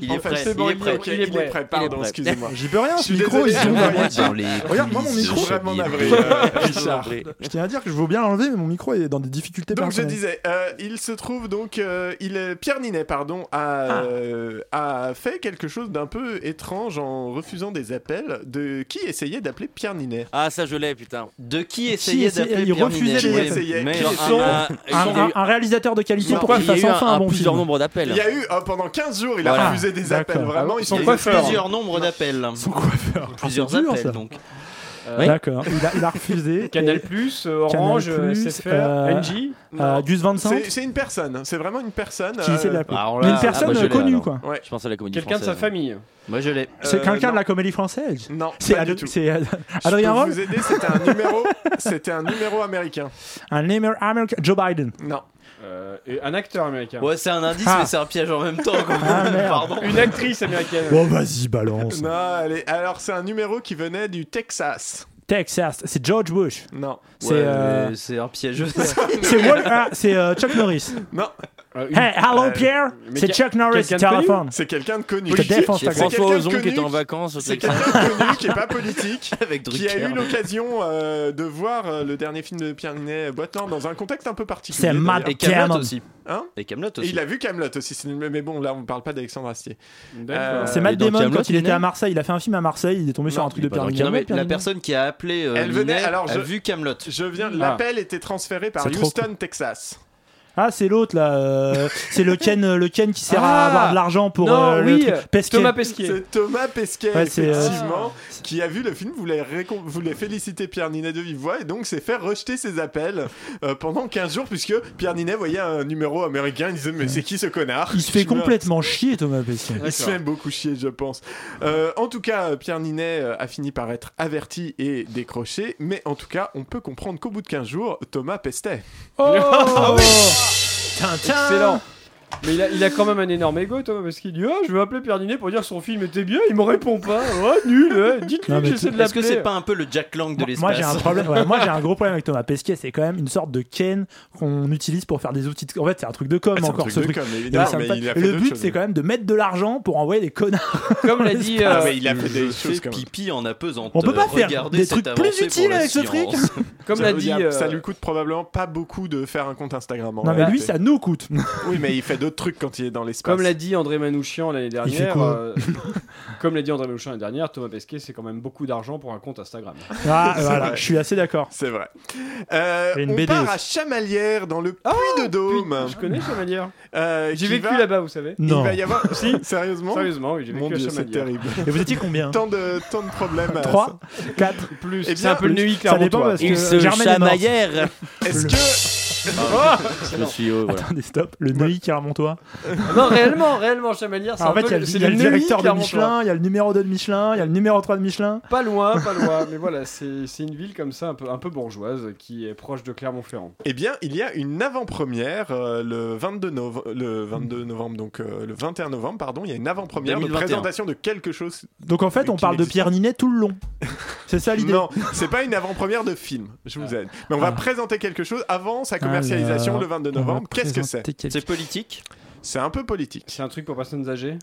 [SPEAKER 14] Il est
[SPEAKER 1] Enfin,
[SPEAKER 14] prêt,
[SPEAKER 1] c'est bon,
[SPEAKER 14] il est prêt,
[SPEAKER 1] ok, il est prêt.
[SPEAKER 14] il est
[SPEAKER 1] Pardon,
[SPEAKER 14] prêt.
[SPEAKER 1] excusez-moi.
[SPEAKER 10] J'y peux rien,
[SPEAKER 1] Je
[SPEAKER 10] ce
[SPEAKER 1] suis
[SPEAKER 10] micro,
[SPEAKER 1] désolé,
[SPEAKER 10] ils sont
[SPEAKER 1] on
[SPEAKER 10] dans
[SPEAKER 1] va
[SPEAKER 10] les-
[SPEAKER 1] dire.
[SPEAKER 10] dans les Regarde, moi, mon
[SPEAKER 1] Je suis
[SPEAKER 10] micro,
[SPEAKER 1] vraiment
[SPEAKER 10] je-
[SPEAKER 1] navré, euh, Richard.
[SPEAKER 10] Je tiens à dire que je veux bien l'enlever, mais mon micro est dans des difficultés
[SPEAKER 1] Donc je
[SPEAKER 10] personnelles.
[SPEAKER 1] disais, euh, il se trouve donc, euh, il est- Pierre Ninet, pardon, a, euh, a fait quelque chose d'un peu étrange en refusant des appels de qui essayait d'appeler Pierre Ninet.
[SPEAKER 14] Ah ça je l'ai putain.
[SPEAKER 2] De qui
[SPEAKER 10] Qui essayait- il refusait de
[SPEAKER 1] Qui
[SPEAKER 10] les
[SPEAKER 1] essayait
[SPEAKER 10] appeler.
[SPEAKER 1] Qui
[SPEAKER 10] Genre
[SPEAKER 1] essayait
[SPEAKER 10] un- un, un- un réalisateur de qualité pour qu'il fasse enfin un bon film.
[SPEAKER 1] Il y a eu euh, pendant 15 jours, il a
[SPEAKER 10] Voilà.
[SPEAKER 1] refusé des
[SPEAKER 10] D'accord.
[SPEAKER 1] appels. Vraiment,
[SPEAKER 10] Ah,
[SPEAKER 1] ils
[SPEAKER 10] son
[SPEAKER 1] sont
[SPEAKER 10] coiffeur.
[SPEAKER 2] Plusieurs nombres d'appels. Son
[SPEAKER 10] coiffeur.
[SPEAKER 2] Plusieurs
[SPEAKER 10] Ah, c'est dur,
[SPEAKER 2] appels
[SPEAKER 10] ça.
[SPEAKER 2] donc.
[SPEAKER 10] Euh, D'accord, il a, il a refusé.
[SPEAKER 16] Canal+,
[SPEAKER 10] Et-
[SPEAKER 16] Plus,
[SPEAKER 10] Canal+,
[SPEAKER 16] Orange,
[SPEAKER 10] euh,
[SPEAKER 16] SFR, NJ.
[SPEAKER 10] euh, Gus 25
[SPEAKER 1] C'est- C'est une personne. C'est vraiment une personne.
[SPEAKER 10] Qui essaie de l'appeler.
[SPEAKER 1] alors
[SPEAKER 10] Mais
[SPEAKER 1] là-
[SPEAKER 10] une personne
[SPEAKER 1] Ah, bah, je l'ai,
[SPEAKER 10] connue,
[SPEAKER 1] alors.
[SPEAKER 10] quoi.
[SPEAKER 1] Ouais.
[SPEAKER 14] Je pense à la comédie
[SPEAKER 16] Quelqu'un de sa famille.
[SPEAKER 2] Moi je l'ai.
[SPEAKER 10] C'est
[SPEAKER 1] Euh,
[SPEAKER 10] quelqu'un
[SPEAKER 1] non.
[SPEAKER 10] de la comédie française
[SPEAKER 1] Non,
[SPEAKER 10] C'est
[SPEAKER 1] pas
[SPEAKER 10] Ad-
[SPEAKER 1] du tout.
[SPEAKER 10] c'est Ad-
[SPEAKER 1] Je peux
[SPEAKER 10] Adrien Roll
[SPEAKER 1] vous aider, c'était un numéro, c'était un numéro américain.
[SPEAKER 10] Un namer américain Joe Biden.
[SPEAKER 1] Non.
[SPEAKER 16] Euh, et un acteur américain.
[SPEAKER 2] Ouais, c'est un indice,
[SPEAKER 10] Ah.
[SPEAKER 2] mais c'est un piège en même temps. quoi.
[SPEAKER 10] Ah, merde.
[SPEAKER 2] Pardon.
[SPEAKER 16] Une actrice américaine.
[SPEAKER 10] Oh, vas-y, balance.
[SPEAKER 1] Non, allez, alors c'est un numéro qui venait du Texas.
[SPEAKER 10] Texas, c'est George Bush.
[SPEAKER 1] Non.
[SPEAKER 10] C'est euh,
[SPEAKER 2] mais c'est un piège.
[SPEAKER 10] c'est Wal- ah, c'est, euh, Chuck Norris.
[SPEAKER 1] Non.
[SPEAKER 10] Hey, hello Pierre,
[SPEAKER 1] Euh, mais
[SPEAKER 10] c'est
[SPEAKER 1] quel-
[SPEAKER 10] Chuck Norris,
[SPEAKER 1] quelqu'un de connu
[SPEAKER 10] téléphone.
[SPEAKER 1] C'est quelqu'un de connu.
[SPEAKER 10] Je te défends, ta
[SPEAKER 1] C'est
[SPEAKER 10] gueule.
[SPEAKER 1] quelqu'un
[SPEAKER 14] François
[SPEAKER 1] de
[SPEAKER 14] Ozon qui
[SPEAKER 1] connu-
[SPEAKER 14] est en vacances au
[SPEAKER 1] C'est
[SPEAKER 14] Texas.
[SPEAKER 1] quelqu'un de connu qui est pas politique,
[SPEAKER 2] Avec
[SPEAKER 1] qui a
[SPEAKER 14] Drucker.
[SPEAKER 1] eu l'occasion euh, de voir euh, le dernier film de Pierre Ninet Boitan dans un contexte un peu particulier.
[SPEAKER 10] C'est Matt
[SPEAKER 1] d'ailleurs.
[SPEAKER 2] Et Camelot aussi.
[SPEAKER 1] Hein
[SPEAKER 2] Et Camelot
[SPEAKER 1] Et
[SPEAKER 2] aussi.
[SPEAKER 1] il a vu Camelot aussi, c'est- mais bon là on parle pas d'Alexandre Astier. Euh,
[SPEAKER 10] C'est Matt
[SPEAKER 2] dans
[SPEAKER 10] Damon
[SPEAKER 2] Camelot,
[SPEAKER 10] quand il
[SPEAKER 2] il
[SPEAKER 10] était
[SPEAKER 2] est
[SPEAKER 10] à Marseille, il a fait un film à Marseille, il est tombé sur un truc de
[SPEAKER 2] Bah,
[SPEAKER 10] Pierre
[SPEAKER 2] non,
[SPEAKER 10] Ninet.
[SPEAKER 2] mais
[SPEAKER 10] Pierre
[SPEAKER 2] la
[SPEAKER 10] Ninet.
[SPEAKER 2] personne qui a appelé euh,
[SPEAKER 1] Elle venait-
[SPEAKER 2] Ninet
[SPEAKER 1] alors,
[SPEAKER 2] a
[SPEAKER 1] je-
[SPEAKER 2] vu Camelot.
[SPEAKER 1] Je viens,
[SPEAKER 2] Ah.
[SPEAKER 1] l'appel était transféré par
[SPEAKER 10] C'est trop
[SPEAKER 1] Houston, Texas.
[SPEAKER 10] Ah, c'est l'autre là, euh, c'est le Ken, euh, le Ken qui sert à
[SPEAKER 16] Ah
[SPEAKER 10] avoir de l'argent pour
[SPEAKER 16] Non,
[SPEAKER 10] euh,
[SPEAKER 16] oui,
[SPEAKER 10] le truc. Pesquet.
[SPEAKER 16] Thomas Pesquet.
[SPEAKER 1] C'est Thomas Pesquet,
[SPEAKER 10] Ouais, c'est, euh,
[SPEAKER 1] effectivement, qui a vu le film, voulait, récom- voulait féliciter Pierre Ninet de vive voix et donc s'est fait rejeter ses appels euh, pendant 15 jours, puisque Pierre Ninet voyait un numéro américain, il disait Mais c'est qui ce connard
[SPEAKER 10] Il se fait
[SPEAKER 1] Je me-
[SPEAKER 10] complètement chier Thomas Pesquet.
[SPEAKER 1] Il se fait beaucoup chier, je pense. Euh, en tout cas, euh, Pierre Ninet euh, a fini par être averti et décroché, mais en tout cas, on peut comprendre Oh qu'au bout de 15 jours, Thomas pestait.
[SPEAKER 10] Oh
[SPEAKER 16] Ah oui
[SPEAKER 10] Tintin
[SPEAKER 16] Excellent. Mais il a, il a quand même un énorme ego, Thomas, parce qu'il dit Ah, je vais appeler Pierre Ninet pour dire que son film était bien, il me répond pas. Oh, nul, hein. dites-lui
[SPEAKER 10] Non,
[SPEAKER 16] que
[SPEAKER 10] mais
[SPEAKER 16] j'essaie
[SPEAKER 10] tu-
[SPEAKER 16] de l'appeler.
[SPEAKER 2] Est-ce que c'est pas un peu le Jack Lang de l'espace
[SPEAKER 10] Moi j'ai un problème. ouais, moi j'ai un gros problème avec Thomas Pesquet, c'est quand même une sorte de ken qu'on utilise pour faire des outils. De... En fait, c'est un truc de com
[SPEAKER 2] Ah, c'est un
[SPEAKER 10] encore
[SPEAKER 2] truc
[SPEAKER 10] ce
[SPEAKER 2] de
[SPEAKER 10] truc.
[SPEAKER 2] com,
[SPEAKER 10] Et
[SPEAKER 2] évidemment,
[SPEAKER 10] ça me
[SPEAKER 2] mais
[SPEAKER 10] passe-
[SPEAKER 2] il a
[SPEAKER 10] et
[SPEAKER 2] fait
[SPEAKER 10] le
[SPEAKER 2] d'autres
[SPEAKER 10] but
[SPEAKER 2] choses.
[SPEAKER 10] c'est quand même de mettre de l'argent pour envoyer des connards.
[SPEAKER 16] Comme
[SPEAKER 10] dans
[SPEAKER 16] l'a dit, euh,
[SPEAKER 10] l'espace.
[SPEAKER 2] Ah, mais il a fait des choses comme pipi en apesanteur.
[SPEAKER 10] On peut pas faire
[SPEAKER 2] Regardez
[SPEAKER 10] des
[SPEAKER 2] cette
[SPEAKER 10] trucs plus
[SPEAKER 2] avancée
[SPEAKER 10] utiles
[SPEAKER 2] pour la
[SPEAKER 10] avec ce
[SPEAKER 2] science.
[SPEAKER 10] truc. Comme
[SPEAKER 1] Ça
[SPEAKER 10] l'a
[SPEAKER 1] veut
[SPEAKER 10] dit,
[SPEAKER 1] dire,
[SPEAKER 10] euh,
[SPEAKER 1] Ça lui coûte probablement pas beaucoup de faire un compte Instagram. en
[SPEAKER 10] Non, mais
[SPEAKER 1] réalité.
[SPEAKER 10] lui, ça nous coûte.
[SPEAKER 1] Oui, mais il fait d'autres trucs quand il est dans l'espace.
[SPEAKER 16] Comme l'a dit André Manouchian l'année
[SPEAKER 1] Il fait
[SPEAKER 16] dernière,
[SPEAKER 1] quoi
[SPEAKER 16] euh, comme l'a dit André Manouchian l'année dernière, Thomas Pesquet, c'est quand même beaucoup d'argent pour un compte Instagram.
[SPEAKER 10] Ah,
[SPEAKER 1] C'est
[SPEAKER 10] voilà,
[SPEAKER 1] vrai.
[SPEAKER 10] je suis assez d'accord.
[SPEAKER 1] C'est vrai. Euh,
[SPEAKER 10] Et une
[SPEAKER 1] on
[SPEAKER 10] BD
[SPEAKER 1] part
[SPEAKER 10] aussi.
[SPEAKER 1] à Chamalières dans le Puy de Dôme.
[SPEAKER 16] Je connais Chamalière.
[SPEAKER 1] Euh,
[SPEAKER 16] J'ai
[SPEAKER 1] qui
[SPEAKER 16] vécu
[SPEAKER 1] va-
[SPEAKER 16] là-bas, vous savez.
[SPEAKER 10] Non.
[SPEAKER 1] Il va y avoir. si, sérieusement
[SPEAKER 16] Sérieusement, oui, j'ai vécu
[SPEAKER 1] Mon
[SPEAKER 16] à
[SPEAKER 1] Dieu, c'est
[SPEAKER 16] Chamalières.
[SPEAKER 1] terrible.
[SPEAKER 10] Et vous étiez combien
[SPEAKER 1] Tant de, tant de problèmes. à
[SPEAKER 10] 3,
[SPEAKER 1] ça.
[SPEAKER 10] 4,
[SPEAKER 16] Plus.
[SPEAKER 1] Eh
[SPEAKER 16] C'est
[SPEAKER 1] bien,
[SPEAKER 16] un peu le Neuilly,
[SPEAKER 1] ça
[SPEAKER 16] clairement,
[SPEAKER 1] dépend
[SPEAKER 16] toi.
[SPEAKER 1] parce
[SPEAKER 16] Il
[SPEAKER 1] que
[SPEAKER 16] se
[SPEAKER 1] Germaine est morte.
[SPEAKER 16] chamaillère.
[SPEAKER 1] Est-ce
[SPEAKER 10] Le-
[SPEAKER 1] que.
[SPEAKER 14] Je suis haut, voilà.
[SPEAKER 10] Attendez, stop. Le Neuilly qui remonte toi.
[SPEAKER 16] Non, réellement, réellement, Chamalière, c'est
[SPEAKER 10] Alors, en
[SPEAKER 16] un
[SPEAKER 10] fait, il y a
[SPEAKER 16] peu
[SPEAKER 10] le-
[SPEAKER 16] c'est
[SPEAKER 10] il y a le
[SPEAKER 16] Neuilly
[SPEAKER 10] directeur de
[SPEAKER 16] Clermontois.
[SPEAKER 10] Michelin, il y a le numéro 2 de Michelin, il y a le numéro 3 de Michelin.
[SPEAKER 16] Pas loin, pas loin, mais voilà, c'est c'est une ville comme ça, un peu, un peu bourgeoise, qui est proche de Clermont-Ferrand.
[SPEAKER 1] Eh bien, il y a une avant-première euh, le 22 novembre, le 22 novembre, donc euh, le 21 novembre, pardon, il y a une avant-première de
[SPEAKER 2] 2021.
[SPEAKER 1] présentation de quelque chose.
[SPEAKER 10] Donc en fait, on parle de Pierre Ninet tout le long. C'est ça l'idée.
[SPEAKER 1] Non, c'est pas une avant-première de film, je vous aide. Mais on va
[SPEAKER 10] Ah.
[SPEAKER 1] présenter quelque chose avant sa commercialisation
[SPEAKER 10] Alors,
[SPEAKER 1] le 22
[SPEAKER 10] on va
[SPEAKER 1] novembre. Qu'est-ce que c'est
[SPEAKER 10] présenter quelque- C'est
[SPEAKER 2] politique
[SPEAKER 1] C'est un peu politique.
[SPEAKER 16] C'est un truc pour personnes âgées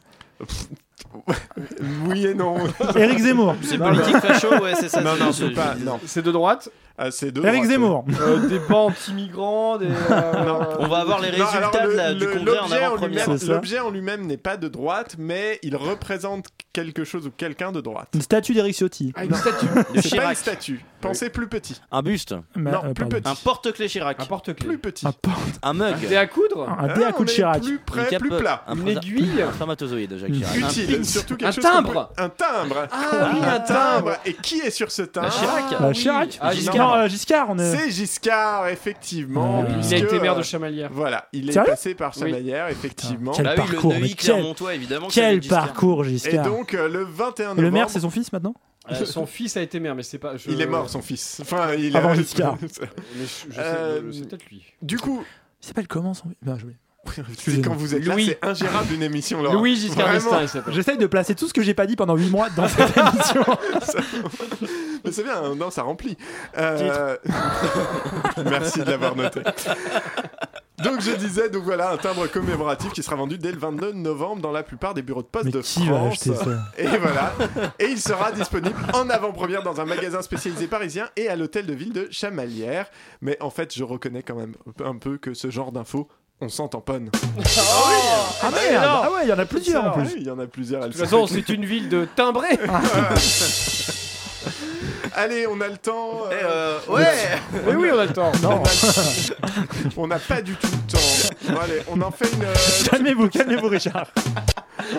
[SPEAKER 1] Oui et non.
[SPEAKER 10] Éric Zemmour. C'est politique, facho, ouais, c'est ça,
[SPEAKER 1] Non,
[SPEAKER 10] c'est-
[SPEAKER 1] non,
[SPEAKER 10] je-
[SPEAKER 1] c'est pas.
[SPEAKER 10] je-
[SPEAKER 1] Non. Ah,
[SPEAKER 16] C'est de droite
[SPEAKER 1] C'est de
[SPEAKER 10] Éric
[SPEAKER 1] droite,
[SPEAKER 10] Zemmour.
[SPEAKER 1] oui.
[SPEAKER 16] Euh, Des bancs anti-migrants, des. euh,
[SPEAKER 2] On va avoir les
[SPEAKER 1] Non, alors,
[SPEAKER 2] résultats de la-
[SPEAKER 1] le-
[SPEAKER 2] du
[SPEAKER 1] le-
[SPEAKER 2] congrès en
[SPEAKER 1] l'objet
[SPEAKER 2] avant-première.
[SPEAKER 1] lui-même-
[SPEAKER 10] C'est ça.
[SPEAKER 1] L'objet en lui-même n'est pas de droite, mais il représente quelque chose ou quelqu'un de droite.
[SPEAKER 10] Une statue d'Éric Ciotti.
[SPEAKER 1] Non.
[SPEAKER 2] De
[SPEAKER 1] C'est pas une
[SPEAKER 2] Chirac.
[SPEAKER 1] statue. Pensez plus petit.
[SPEAKER 14] Un buste
[SPEAKER 10] Mais,
[SPEAKER 1] non,
[SPEAKER 10] euh,
[SPEAKER 1] plus
[SPEAKER 10] pardon.
[SPEAKER 1] petit.
[SPEAKER 2] Un porte-clé Chirac. Un
[SPEAKER 16] porte-clé.
[SPEAKER 1] Plus petit.
[SPEAKER 10] Un porte-
[SPEAKER 14] Un mug.
[SPEAKER 16] Des à coudre
[SPEAKER 10] Un dé à
[SPEAKER 1] Ah,
[SPEAKER 10] coup de
[SPEAKER 1] on est
[SPEAKER 10] Chirac.
[SPEAKER 1] Plus près,
[SPEAKER 14] cape-
[SPEAKER 1] plus
[SPEAKER 16] euh,
[SPEAKER 1] plat.
[SPEAKER 14] un
[SPEAKER 16] Une
[SPEAKER 14] prosa-
[SPEAKER 16] aiguille
[SPEAKER 14] Un spermatozoïde, Jacques Chirac. Un
[SPEAKER 1] Utile,
[SPEAKER 14] pin.
[SPEAKER 1] surtout quelque
[SPEAKER 16] Un
[SPEAKER 1] chose
[SPEAKER 16] timbre.
[SPEAKER 1] qu'on peut- Un timbre
[SPEAKER 16] Ah oui, un timbre
[SPEAKER 1] Et qui est sur ce timbre
[SPEAKER 2] Chirac.
[SPEAKER 10] Bah,
[SPEAKER 16] oui.
[SPEAKER 10] Chirac.
[SPEAKER 16] Ah,
[SPEAKER 10] Non,
[SPEAKER 1] Giscard.
[SPEAKER 10] euh, Giscard, on est.
[SPEAKER 1] C'est Giscard, effectivement.
[SPEAKER 10] Euh,
[SPEAKER 1] puisque,
[SPEAKER 16] Il a été maire de
[SPEAKER 1] euh,
[SPEAKER 16] Chamalières.
[SPEAKER 1] Voilà, il est
[SPEAKER 10] Sérieux
[SPEAKER 1] passé par Chamalières, effectivement.
[SPEAKER 10] Quel
[SPEAKER 2] Bah oui,
[SPEAKER 10] parcours,
[SPEAKER 2] le
[SPEAKER 10] mais
[SPEAKER 2] Neuilly
[SPEAKER 10] quel-
[SPEAKER 2] Clermontois, évidemment. qui avait
[SPEAKER 10] Quel
[SPEAKER 2] dit Giscard.
[SPEAKER 10] parcours,
[SPEAKER 1] Et
[SPEAKER 10] Giscard.
[SPEAKER 1] donc, euh, le 21
[SPEAKER 10] Et
[SPEAKER 1] novembre.
[SPEAKER 10] le maire, c'est son fils maintenant
[SPEAKER 16] Euh, son fils a été maire, mais c'est pas. je-
[SPEAKER 1] Il est mort, son fils. Enfin, il
[SPEAKER 10] Avant
[SPEAKER 1] est...
[SPEAKER 10] Giscard.
[SPEAKER 16] Mais je- je sais-
[SPEAKER 1] Euh,
[SPEAKER 16] C'est peut-être lui.
[SPEAKER 1] Du coup,
[SPEAKER 10] Il s'appelle comment son fils Ben, je vais-
[SPEAKER 1] c'est quand vous êtes
[SPEAKER 16] Louis.
[SPEAKER 1] là, c'est ingérable une émission, Laura.
[SPEAKER 16] Louis Giscard
[SPEAKER 1] Vraiment.
[SPEAKER 16] d'Estaing, il s'appelle.
[SPEAKER 10] J'essaye de placer tout ce que j'ai pas dit pendant 8 mois dans cette émission.
[SPEAKER 1] Mais c'est bien, non, ça remplit. Euh, Merci de l'avoir noté. Donc je disais, donc voilà, un timbre commémoratif qui sera vendu dès le 22 novembre dans la plupart des bureaux de poste
[SPEAKER 10] Mais
[SPEAKER 1] de
[SPEAKER 10] qui va
[SPEAKER 1] France.
[SPEAKER 10] acheter ça
[SPEAKER 1] Et voilà. Et il sera disponible en avant-première dans un magasin spécialisé parisien et à l'hôtel de ville de Chamalières. Mais en fait, je reconnais quand même un peu que ce genre d'infos, on s'en tamponne.
[SPEAKER 10] Ah merde
[SPEAKER 16] non.
[SPEAKER 10] Ah ouais, il y en a plusieurs en
[SPEAKER 1] Ah oui,
[SPEAKER 10] plus.
[SPEAKER 1] Il y en a plusieurs. elles
[SPEAKER 16] De
[SPEAKER 1] sont
[SPEAKER 16] toute façon, c'est une ville de timbrés.
[SPEAKER 1] Allez, on a le temps.
[SPEAKER 2] Eh,
[SPEAKER 1] euh,
[SPEAKER 2] euh, ouais
[SPEAKER 16] Oui, oui, on a le temps.
[SPEAKER 10] Non,
[SPEAKER 1] On n'a pas du tout le temps. Bon, allez, on en fait une. euh,
[SPEAKER 10] calmez-vous, calmez-vous, Richard.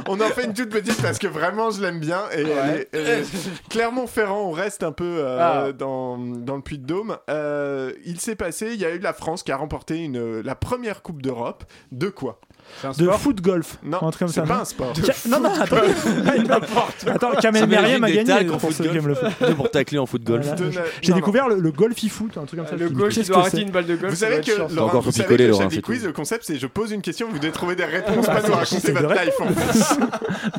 [SPEAKER 1] On en fait une toute petite parce que vraiment je l'aime bien. Et elle est- euh, Clermont-Ferrand, on reste un peu euh,
[SPEAKER 16] Ah.
[SPEAKER 1] dans, dans le puits de Dôme. Euh, il s'est passé, il y a eu la France qui a remporté une, euh, la première Coupe d'Europe. De quoi
[SPEAKER 16] C'est un
[SPEAKER 10] De
[SPEAKER 16] sport.
[SPEAKER 10] foot golf.
[SPEAKER 1] Non,
[SPEAKER 10] un truc comme
[SPEAKER 1] c'est
[SPEAKER 10] ça,
[SPEAKER 1] pas
[SPEAKER 10] non
[SPEAKER 1] un sport.
[SPEAKER 10] Ca- Non, non, attendez. Attends, Kamel Meriem a
[SPEAKER 14] des
[SPEAKER 10] gagné
[SPEAKER 14] talcs en
[SPEAKER 10] pour
[SPEAKER 14] foot
[SPEAKER 10] ceux qui
[SPEAKER 14] golf.
[SPEAKER 10] aiment le foot.
[SPEAKER 14] Deux pour tacler en foot golf.
[SPEAKER 10] Voilà.
[SPEAKER 1] De-
[SPEAKER 10] J'ai
[SPEAKER 1] non,
[SPEAKER 10] découvert le, le golf e-foot, un truc comme ça.
[SPEAKER 16] Le
[SPEAKER 10] Je me dis,
[SPEAKER 16] gauche, il
[SPEAKER 10] qu'est-ce
[SPEAKER 16] doit
[SPEAKER 10] que
[SPEAKER 16] arrêter
[SPEAKER 10] c'est
[SPEAKER 16] une balle de golf.
[SPEAKER 1] Vous
[SPEAKER 16] ça
[SPEAKER 1] savez
[SPEAKER 16] doit
[SPEAKER 1] que,
[SPEAKER 16] être chiant, ça.
[SPEAKER 1] Laurent,
[SPEAKER 14] encore
[SPEAKER 1] vous
[SPEAKER 14] faut
[SPEAKER 1] savez
[SPEAKER 14] picoler,
[SPEAKER 1] que le
[SPEAKER 14] Laurent,
[SPEAKER 1] chef des
[SPEAKER 14] c'est
[SPEAKER 1] quiz,
[SPEAKER 14] tout.
[SPEAKER 1] le concept, c'est je pose une question, vous devez trouver des réponses, pas nous
[SPEAKER 10] Ah, c'est-
[SPEAKER 1] raconter
[SPEAKER 10] c'est
[SPEAKER 1] votre
[SPEAKER 10] vrai.
[SPEAKER 1] life. en fait.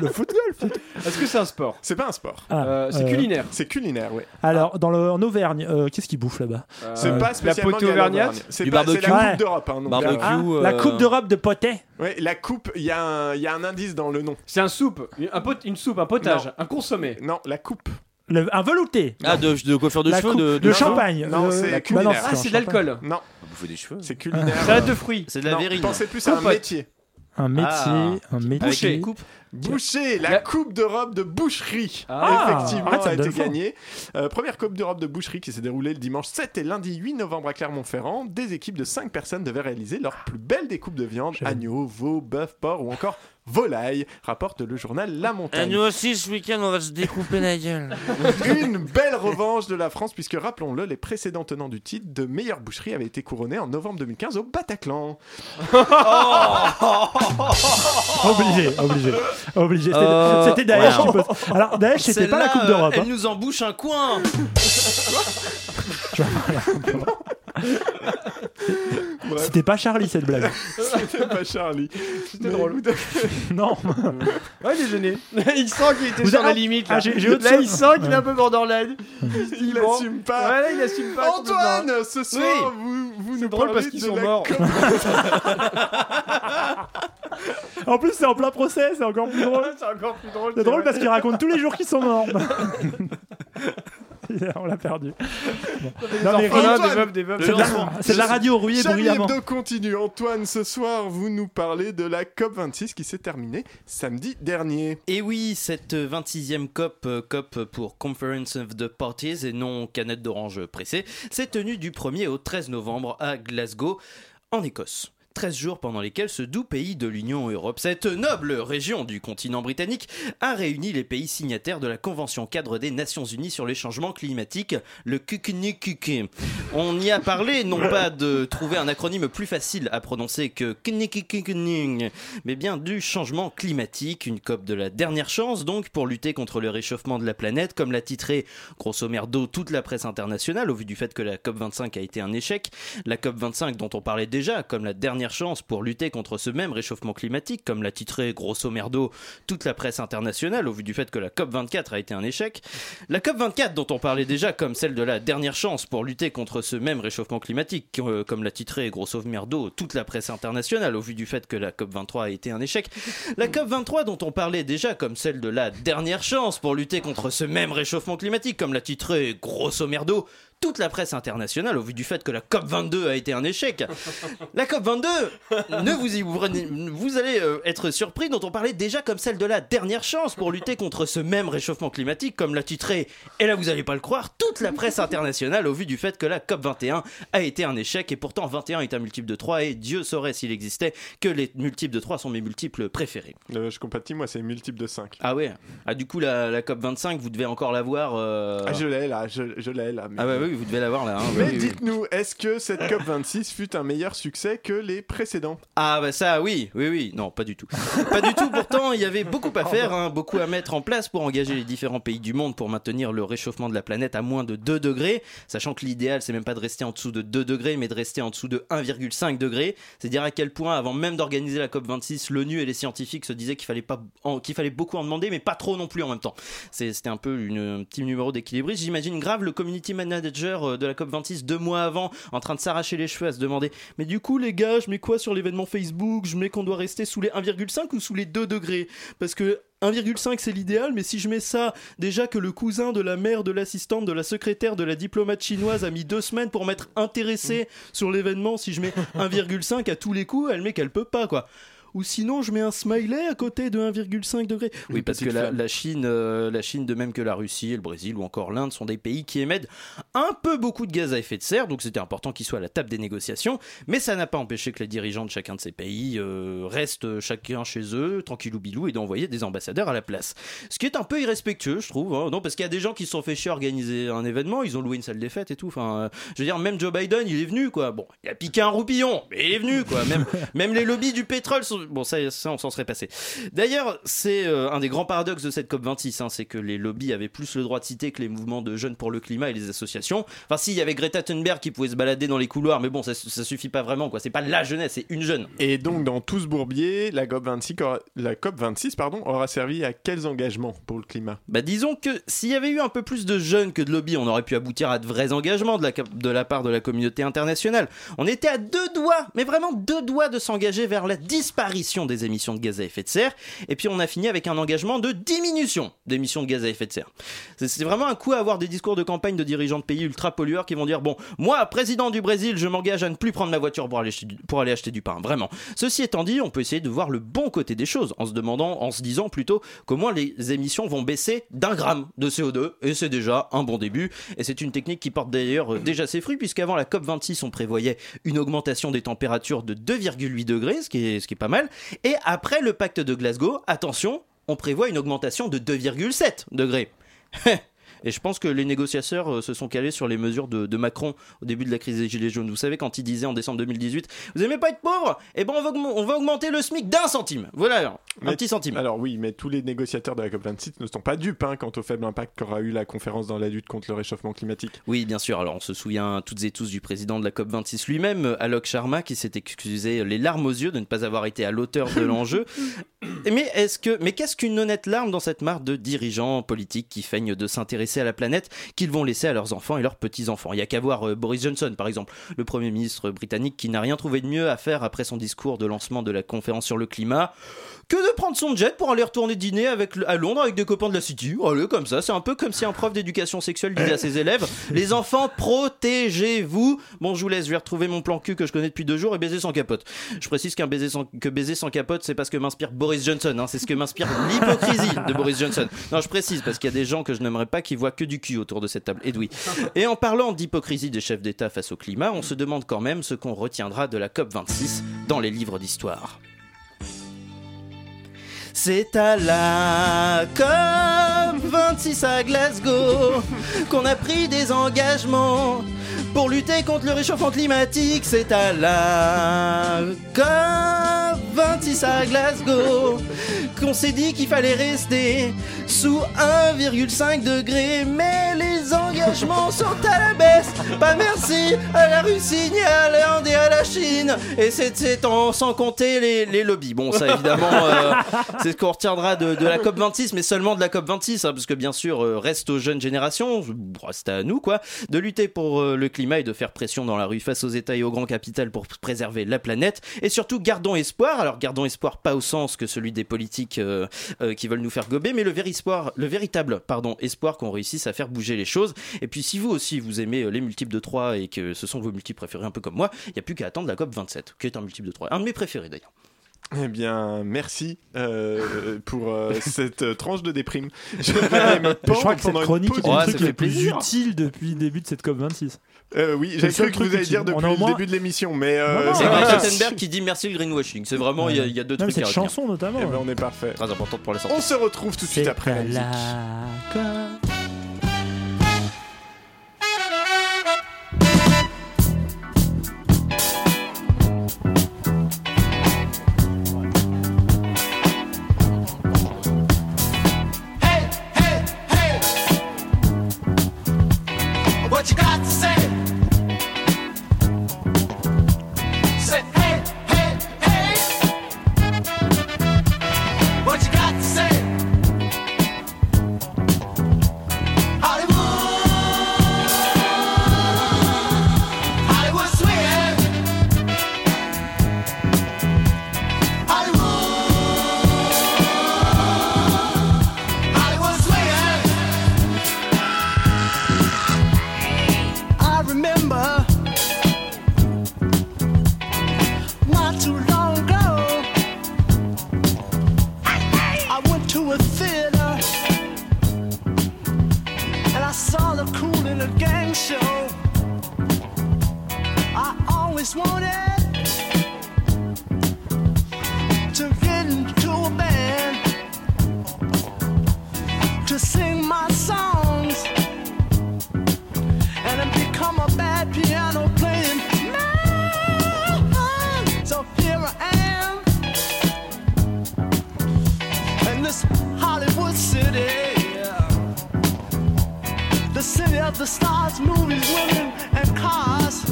[SPEAKER 10] Le foot golf.
[SPEAKER 16] Est-ce que c'est un sport
[SPEAKER 1] C'est pas un sport.
[SPEAKER 10] Ah,
[SPEAKER 16] Euh, C'est
[SPEAKER 10] euh,
[SPEAKER 16] culinaire.
[SPEAKER 1] C'est culinaire, oui.
[SPEAKER 14] Euh,
[SPEAKER 10] Alors, dans le, en Auvergne, euh, qu'est-ce qu'ils bouffent là-bas
[SPEAKER 1] C'est
[SPEAKER 10] Euh,
[SPEAKER 1] pas spécialement
[SPEAKER 16] potée
[SPEAKER 1] gallo
[SPEAKER 16] auvergnate
[SPEAKER 1] d'Auvergne. C'est
[SPEAKER 14] Du
[SPEAKER 1] pas- C'est la
[SPEAKER 10] barbecue.
[SPEAKER 1] Coupe d'Europe. hein, donc,
[SPEAKER 14] Barbecue.
[SPEAKER 1] euh,
[SPEAKER 10] Ah,
[SPEAKER 14] Q,
[SPEAKER 10] La
[SPEAKER 14] euh,
[SPEAKER 10] Coupe d'Europe de Potet.
[SPEAKER 1] ouais, la coupe, il y, a un- il y a un indice dans le nom.
[SPEAKER 16] C'est un soupe, une- un pot- une soupe, un potage,
[SPEAKER 1] Non. Ah,
[SPEAKER 16] un consommé.
[SPEAKER 1] Non, la coupe.
[SPEAKER 10] Le- un velouté.
[SPEAKER 14] Ah, de, de coiffeur de
[SPEAKER 10] La
[SPEAKER 14] cheveux
[SPEAKER 10] coupe-
[SPEAKER 14] de, de
[SPEAKER 10] le
[SPEAKER 14] cheveux.
[SPEAKER 10] champagne.
[SPEAKER 1] Non,
[SPEAKER 10] le-
[SPEAKER 1] c'est
[SPEAKER 10] la-
[SPEAKER 1] culinaire.
[SPEAKER 10] bah non,
[SPEAKER 16] Ah, c'est de
[SPEAKER 10] un champagne.
[SPEAKER 16] l'alcool.
[SPEAKER 1] Non,
[SPEAKER 14] Bouffer des cheveux.
[SPEAKER 1] c'est culinaire.
[SPEAKER 16] Salade de fruits.
[SPEAKER 2] C'est de la
[SPEAKER 1] Non,
[SPEAKER 2] verrine.
[SPEAKER 1] Pensez plus à un
[SPEAKER 16] Compote.
[SPEAKER 1] métier.
[SPEAKER 10] Un métier, un
[SPEAKER 2] Avec
[SPEAKER 10] métier.
[SPEAKER 2] une coupe.
[SPEAKER 1] Boucher, la
[SPEAKER 16] La-
[SPEAKER 1] coupe d'Europe de boucherie.
[SPEAKER 16] Ah,
[SPEAKER 1] Effectivement,
[SPEAKER 10] arrête, ça
[SPEAKER 1] a
[SPEAKER 10] me donne
[SPEAKER 1] été
[SPEAKER 10] faim.
[SPEAKER 1] gagnée. Euh, première coupe d'Europe de boucherie qui s'est déroulée le dimanche 7 et lundi 8 novembre à Clermont-Ferrand. Des équipes de 5 personnes devaient réaliser leur plus belle découpe de viande
[SPEAKER 10] J'aime.
[SPEAKER 1] agneau, veau, bœuf, porc ou encore volaille, rapporte le journal La
[SPEAKER 14] Et
[SPEAKER 1] Montagne.
[SPEAKER 14] Eh, nous aussi, ce week-end, on va se découper la gueule.
[SPEAKER 1] Une belle revanche de la France, puisque rappelons-le, les précédents tenants du titre de meilleure boucherie avaient été couronnés en novembre 2015 au Bataclan.
[SPEAKER 10] Obligé, obligé, obligé. C'était-
[SPEAKER 14] Euh,
[SPEAKER 10] C'était Daesh qui
[SPEAKER 14] ouais.
[SPEAKER 10] pose. Alors Daesh, c'était pas la
[SPEAKER 2] Celle-là,
[SPEAKER 10] Coupe d'Europe.
[SPEAKER 2] euh, Elle
[SPEAKER 10] hein.
[SPEAKER 2] nous embouche un coin
[SPEAKER 1] vrai.
[SPEAKER 10] C'était pas Charlie cette blague.
[SPEAKER 1] C'était pas Charlie. C'était
[SPEAKER 16] drôle.
[SPEAKER 10] non.
[SPEAKER 16] Ouais, il est gêné. il sent qu'il était
[SPEAKER 10] Vous
[SPEAKER 16] sur
[SPEAKER 10] avez-
[SPEAKER 16] la limite. Là,
[SPEAKER 10] Ah, j'ai- j'ai autre
[SPEAKER 16] là
[SPEAKER 10] chose.
[SPEAKER 16] il sent qu'il est un peu borderline.
[SPEAKER 1] Il
[SPEAKER 16] Bon.
[SPEAKER 1] assume pas.
[SPEAKER 16] Ouais, là, il assume pas.
[SPEAKER 1] Antoine,
[SPEAKER 16] complètement.
[SPEAKER 1] ce soir, vous, vous nous
[SPEAKER 16] drôle
[SPEAKER 1] parlez
[SPEAKER 16] parce qu'ils
[SPEAKER 1] de
[SPEAKER 16] sont
[SPEAKER 1] la
[SPEAKER 16] morts.
[SPEAKER 1] com-
[SPEAKER 10] En plus, c'est en plein procès, c'est encore plus drôle.
[SPEAKER 16] C'est encore plus drôle.
[SPEAKER 10] C'est drôle
[SPEAKER 16] vrai.
[SPEAKER 10] parce qu'il raconte tous les jours qu'ils sont morts. On l'a perdu. Bon. Non, mais
[SPEAKER 1] Antoine,
[SPEAKER 10] Antoine, c'est de la- C'est de la radio rouillée
[SPEAKER 1] Chablis
[SPEAKER 10] bruyamment.
[SPEAKER 1] Hebdo continue. Antoine, ce soir, vous nous parlez de la COP26 qui s'est terminée samedi dernier.
[SPEAKER 2] Et oui, cette euh, 26e COP, euh, COP pour Conference of the Parties et non canette d'orange pressée, s'est tenue du 1er au 13 novembre à Glasgow, en Écosse. 13 jours pendant lesquels ce doux pays de l'Union Europe, cette noble région du continent britannique, a réuni les pays signataires de la Convention cadre des Nations Unies sur les changements climatiques, le QCNIQQ. On y a parlé non pas de trouver un acronyme plus facile à prononcer que QCNIQQ, mais bien du changement climatique, une COP de la dernière chance donc pour lutter contre le réchauffement de la planète, comme l'a titré grosso merdo toute la presse internationale au vu du fait que la COP25 a été un échec. La COP25 dont on parlait déjà comme la dernière chance pour lutter contre ce même réchauffement climatique, comme l'a titré grosso merdo toute la presse internationale au vu du fait que la COP24 a été un échec. La COP24 dont on parlait déjà comme celle de la dernière chance pour lutter contre ce même réchauffement climatique, qui, euh, comme l'a titré grosso merdo toute la presse internationale au vu du fait que la COP23 a été un échec. La COP23 dont on parlait déjà comme celle de la dernière chance pour lutter contre ce même réchauffement climatique, comme l'a titré grosso merdo toute la presse internationale au vu du fait que la COP22 a été un échec. La COP22, ne vous y ouvrez- vous allez euh, être surpris dont on parlait déjà comme celle de la dernière chance pour lutter contre ce même réchauffement climatique comme l'a titré et là vous allez pas le croire toute la presse internationale au vu du fait que la COP21 a été un échec et pourtant 21 est un multiple de 3 et Dieu saurait s'il existait que les multiples de 3 sont mes multiples préférés.
[SPEAKER 1] Euh, je compatis moi c'est multiple de 5.
[SPEAKER 2] Ah ouais. Ah du coup la, la COP25 vous devez encore la voir euh,
[SPEAKER 1] Ah, je l'ai là, je, je l'ai là. mais-
[SPEAKER 2] Ah
[SPEAKER 16] bah
[SPEAKER 2] ouais oui, vous devez la voir là hein.
[SPEAKER 1] Mais
[SPEAKER 2] Oui, oui.
[SPEAKER 1] dites-nous, est-ce que cette COP26 fut un meilleur succès que les précédents
[SPEAKER 2] Ah bah ça oui, oui oui, non pas du tout. Pas du tout, pourtant il y avait beaucoup à faire, hein, beaucoup à mettre en place pour engager les différents pays du monde pour maintenir le réchauffement de la planète à moins de 2 degrés, sachant que l'idéal c'est même pas de rester en dessous de 2 degrés mais de rester en dessous de 1,5 degré. C'est dire à quel point avant même d'organiser la COP26, l'ONU et les scientifiques se disaient qu'il fallait, pas, en- qu'il fallait beaucoup en demander mais pas trop non plus en même temps. C'est- C'était un peu une, un petit numéro d'équilibriste. J'imagine grave le community manager euh, de la COP26 deux mois avant en train de s'arracher les cheveux à se demander mais du coup les gars je mets quoi sur l'événement Facebook je mets qu'on doit rester sous les 1,5 ou sous les 2 degrés parce que 1,5 c'est l'idéal mais si je mets ça déjà que le cousin de la mère de l'assistante de la secrétaire de la diplomate chinoise a mis deux semaines pour m'être intéressé sur l'événement si je mets 1,5 à tous les coups elle met qu'elle peut pas quoi ou sinon je mets un smiley à côté de 1,5 degré oui parce que la, la Chine euh, la Chine de même que la Russie le Brésil ou encore l'Inde sont des pays qui émettent un peu beaucoup de gaz à effet de serre donc c'était important qu'ils soient à la table des négociations mais ça n'a pas empêché que les dirigeants de chacun de ces pays euh, restent chacun chez eux tranquillou bilou et d'envoyer des ambassadeurs à la place ce qui est un peu irrespectueux je trouve hein. non parce qu'il y a des gens qui se sont fait chier à organiser un événement ils ont loué une salle des fêtes et tout enfin euh, je veux dire même Joe Biden il est venu quoi bon il a piqué un roupillon mais il est venu quoi même même les lobbies du pétrole sont... Bon, ça, ça, on s'en serait passé. D'ailleurs, c'est euh, un des grands paradoxes de cette COP26, hein, c'est que les lobbies avaient plus le droit de citer que les mouvements de jeunes pour le climat et les associations. Enfin, s'il y avait Greta Thunberg qui pouvait se balader dans les couloirs, mais bon, ça, ça suffit pas vraiment, quoi. C'est pas la jeunesse, c'est une jeune.
[SPEAKER 1] Et donc, dans tout ce bourbier, la COP26 aura, la COP26, pardon, aura servi à quels engagements pour le climat
[SPEAKER 2] Bah disons que s'il y avait eu un peu plus de jeunes que de lobby, on aurait pu aboutir à de vrais engagements de la, cap- de la part de la communauté internationale. On était à deux doigts, mais vraiment deux doigts de s'engager vers la disparition des émissions de gaz à effet de serre, et puis on a fini avec un engagement de diminution d'émissions de gaz à effet de serre. C'est- C'est vraiment un coup à avoir des discours de campagne de dirigeants de pays ultra pollueurs qui vont dire, bon, moi, président du Brésil, je m'engage à ne plus prendre ma voiture pour aller, acheter du- pour aller acheter du pain, vraiment. Ceci étant dit, on peut essayer de voir le bon côté des choses en se demandant, en se disant plutôt qu'au moins les émissions vont baisser d'un gramme de CO2 et c'est déjà un bon début. Et c'est une technique qui porte d'ailleurs euh, déjà ses fruits puisqu'avant la COP26 on prévoyait une augmentation des températures de 2,8 degrés, ce qui, est, ce qui est pas mal. Et après le pacte de Glasgow, attention, on prévoit une augmentation de 2,7 degrés. Et je pense que les négociateurs euh, se sont calés sur les mesures de, de Macron au début de la crise des Gilets jaunes. Vous savez, quand il disait en décembre 2018, vous aimez pas être pauvre Eh ben, on va, augm- on va augmenter le SMIC d'un centime. Voilà, alors, un
[SPEAKER 1] Mais-
[SPEAKER 2] petit centime.
[SPEAKER 1] Alors oui, mais tous les négociateurs de la COP26 ne sont pas dupes hein, quant au faible impact qu'aura eu la conférence dans la lutte contre le réchauffement climatique.
[SPEAKER 2] Oui, bien sûr. Alors, on se souvient toutes et tous du président de la COP26 lui-même, euh, Alok Sharma, qui s'est excusé euh, les larmes aux yeux de ne pas avoir été à l'auteur de l'enjeu. mais est-ce que, mais qu'est-ce qu'une honnête larme dans cette mare de dirigeants politiques qui feignent de s'intéresser à la planète qu'ils vont laisser à leurs enfants et leurs petits-enfants Il n'y a qu'à voir euh, Boris Johnson, par exemple, le premier ministre britannique qui n'a rien trouvé de mieux à faire après son discours de lancement de la conférence sur le climat que de prendre son jet pour aller retourner dîner avec, le- à Londres avec des copains de la City. Allez, comme ça, c'est un peu comme si un prof d'éducation sexuelle disait à ses élèves Les enfants, protégez-vous. Bon, je vous laisse, je vais retrouver mon plan cul que je connais depuis deux jours et baiser sans capote. Je précise qu'un baiser sans, que baiser sans capote, c'est parce que m'inspire Boris Johnson, hein, c'est ce que m'inspire l'hypocrisie de Boris Johnson. Non, je précise parce qu'il y a des gens que je n'aimerais pas qui voient que du cul autour de cette table. Et oui. Et en parlant d'hypocrisie des chefs d'État face au climat, on se demande quand même ce qu'on retiendra de la COP26 dans les livres d'histoire. C'est à la COP26 à Glasgow qu'on a pris des engagements pour lutter contre le réchauffement climatique. C'est à la COP26 à Glasgow qu'on s'est dit qu'il fallait rester sous 1,5 degré. Mais les engagements sont à la baisse. Pas merci à la Russie, ni à l'Inde et à la Chine. Et c'est- c'est en- sans compter les, les lobbies. Bon, ça évidemment, euh, c'est ce qu'on retiendra de, de la COP26, mais seulement de la COP26, hein, parce que bien sûr, euh, reste aux jeunes générations, reste à nous, quoi, de lutter pour euh, le climat et de faire pression dans la rue face aux États et aux grands capitales pour préserver la planète. Et surtout, gardons espoir. Alors, gardons espoir pas au sens que celui des politiques euh, euh, qui veulent nous faire gober, mais le, vrai espoir, le véritable pardon, espoir qu'on réussisse à faire bouger les choses. Et puis, si vous aussi, vous aimez euh, les multiples de 3 et que ce sont vos multiples préférés, un peu comme moi, il n'y a plus qu'à attendre la COP27, qui est un multiple de 3. Un de mes préférés, d'ailleurs.
[SPEAKER 1] Eh bien, merci euh, pour euh, cette euh, tranche de déprime. Je, vais aller me
[SPEAKER 10] Je crois
[SPEAKER 1] pendre
[SPEAKER 10] que cette
[SPEAKER 1] pendant une
[SPEAKER 10] chronique
[SPEAKER 1] pause.
[SPEAKER 10] est le truc le plus utile depuis le début de cette COP26.
[SPEAKER 1] Euh, oui,
[SPEAKER 10] C'est
[SPEAKER 1] j'ai
[SPEAKER 10] le seul truc
[SPEAKER 1] cru que vous alliez
[SPEAKER 10] utile.
[SPEAKER 1] dire
[SPEAKER 10] On
[SPEAKER 1] depuis
[SPEAKER 10] a au
[SPEAKER 1] le
[SPEAKER 10] moins-
[SPEAKER 1] début de l'émission, mais euh,
[SPEAKER 2] C'est
[SPEAKER 11] Ah.
[SPEAKER 2] Greg Schottenberg qui dit merci le greenwashing. C'est vraiment, il y a- il y, a deux
[SPEAKER 1] Non, mais
[SPEAKER 2] trucs
[SPEAKER 1] cette
[SPEAKER 2] à retenir.
[SPEAKER 1] chanson, notamment,
[SPEAKER 2] Eh ben,
[SPEAKER 1] ouais. on est parfait.
[SPEAKER 2] Très importante pour la santé.
[SPEAKER 1] on se retrouve tout de suite après la musique.
[SPEAKER 13] Hey, hey, hey. What you got to say? Say hey, hey, hey. What you got to say? Hollywood, Hollywood swinging. Hollywood. Hollywood swinging. I remember not too long ago. I went to a theater and I saw the cool in a gang show. I always wanted to get into a band to sing my songs and then become a bad piano playing man. So here I am in this Hollywood city, the city of the stars, movies, women, and cars.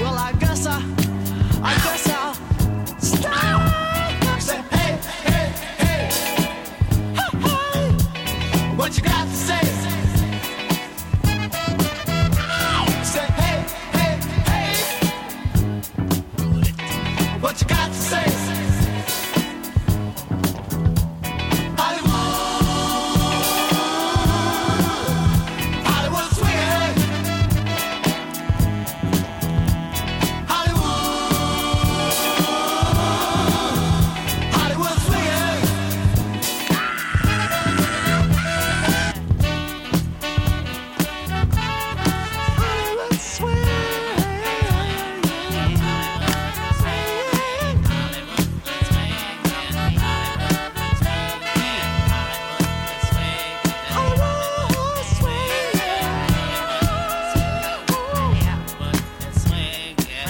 [SPEAKER 13] Well, I guess I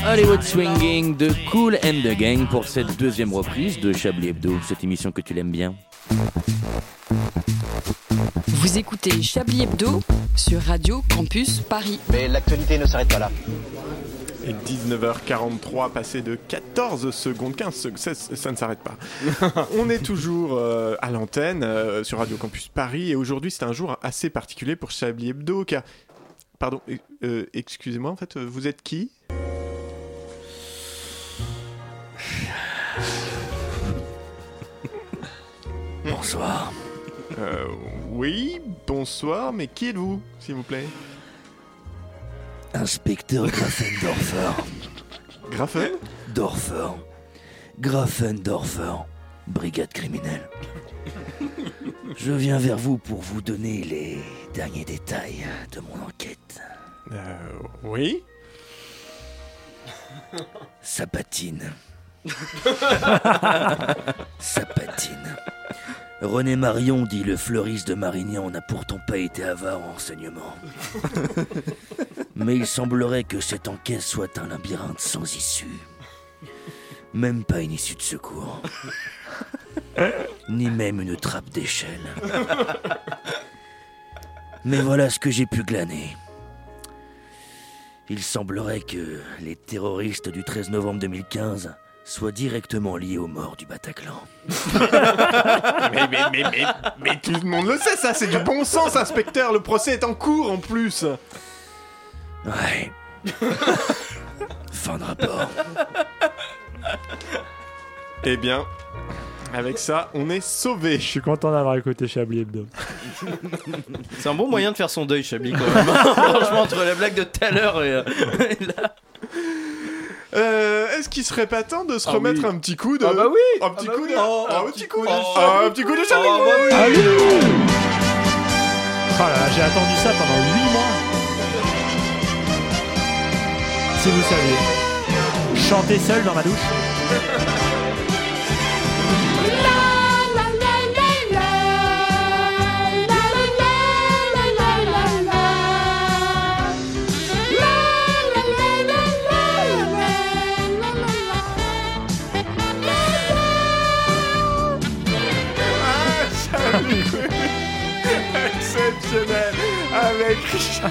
[SPEAKER 14] Hollywood Swinging de Cool and the Gang pour cette deuxième reprise de Chablis Hebdo, cette émission que tu l'aimes bien.
[SPEAKER 8] Vous écoutez Chablis Hebdo sur Radio Campus Paris.
[SPEAKER 4] Mais l'actualité ne s'arrête pas là.
[SPEAKER 1] Et 19h43, passé de 14 secondes, 15 secondes, ça, ça ne s'arrête pas. On est toujours euh, à l'antenne euh, sur Radio Campus Paris et aujourd'hui c'est un jour assez particulier pour Chablis Hebdo car... Pardon, euh, euh, excusez-moi en fait, euh, vous êtes qui
[SPEAKER 14] Bonsoir.
[SPEAKER 1] Euh, oui, bonsoir, mais qui êtes-vous, s'il vous plaît
[SPEAKER 14] Inspecteur Grafendorfer.
[SPEAKER 1] Grafen
[SPEAKER 14] Dorfer. Grafendorfer. Brigade criminelle. Je viens vers vous pour vous donner les derniers détails de mon enquête.
[SPEAKER 1] Euh, oui
[SPEAKER 14] Sapatine. Sapatine. René Marion, dit le fleuriste de Marignan, n'a pourtant pas été avare en renseignements. Mais il semblerait que cette enquête soit un labyrinthe sans issue. Même pas une issue de secours. Ni même une trappe d'échelle. Mais voilà ce que j'ai pu glaner. Il semblerait que les terroristes du 13 novembre 2015 soient directement liés aux morts du Bataclan.
[SPEAKER 1] mais, mais, mais, mais, mais tout le monde le sait, ça, c'est du bon sens, inspecteur. Le procès est en cours en plus.
[SPEAKER 14] Ouais. fin de rapport.
[SPEAKER 1] Eh bien, avec ça, on est sauvé.
[SPEAKER 10] Je suis content d'avoir écouté Chablis Hebdo.
[SPEAKER 2] C'est un bon moyen de faire son deuil, Chablis, quand même. Franchement, entre la blague de tout à l'heure et, euh, et là.
[SPEAKER 1] Euh, Est-ce qu'il serait pas temps de se
[SPEAKER 16] Ah
[SPEAKER 1] remettre
[SPEAKER 16] oui.
[SPEAKER 1] un petit coup de.
[SPEAKER 16] Ah bah oui
[SPEAKER 1] Un petit coup de.
[SPEAKER 16] Oh,
[SPEAKER 1] un, petit coup de.
[SPEAKER 16] Oh,
[SPEAKER 1] Ah, un petit coup de Chablis
[SPEAKER 16] Oh, bah oui.
[SPEAKER 10] Ah là là, j'ai attendu ça pendant 8 mois. Si vous saviez. Chanter seul dans ma douche.
[SPEAKER 1] Ah, Chablis Exceptionnel Avec Richard.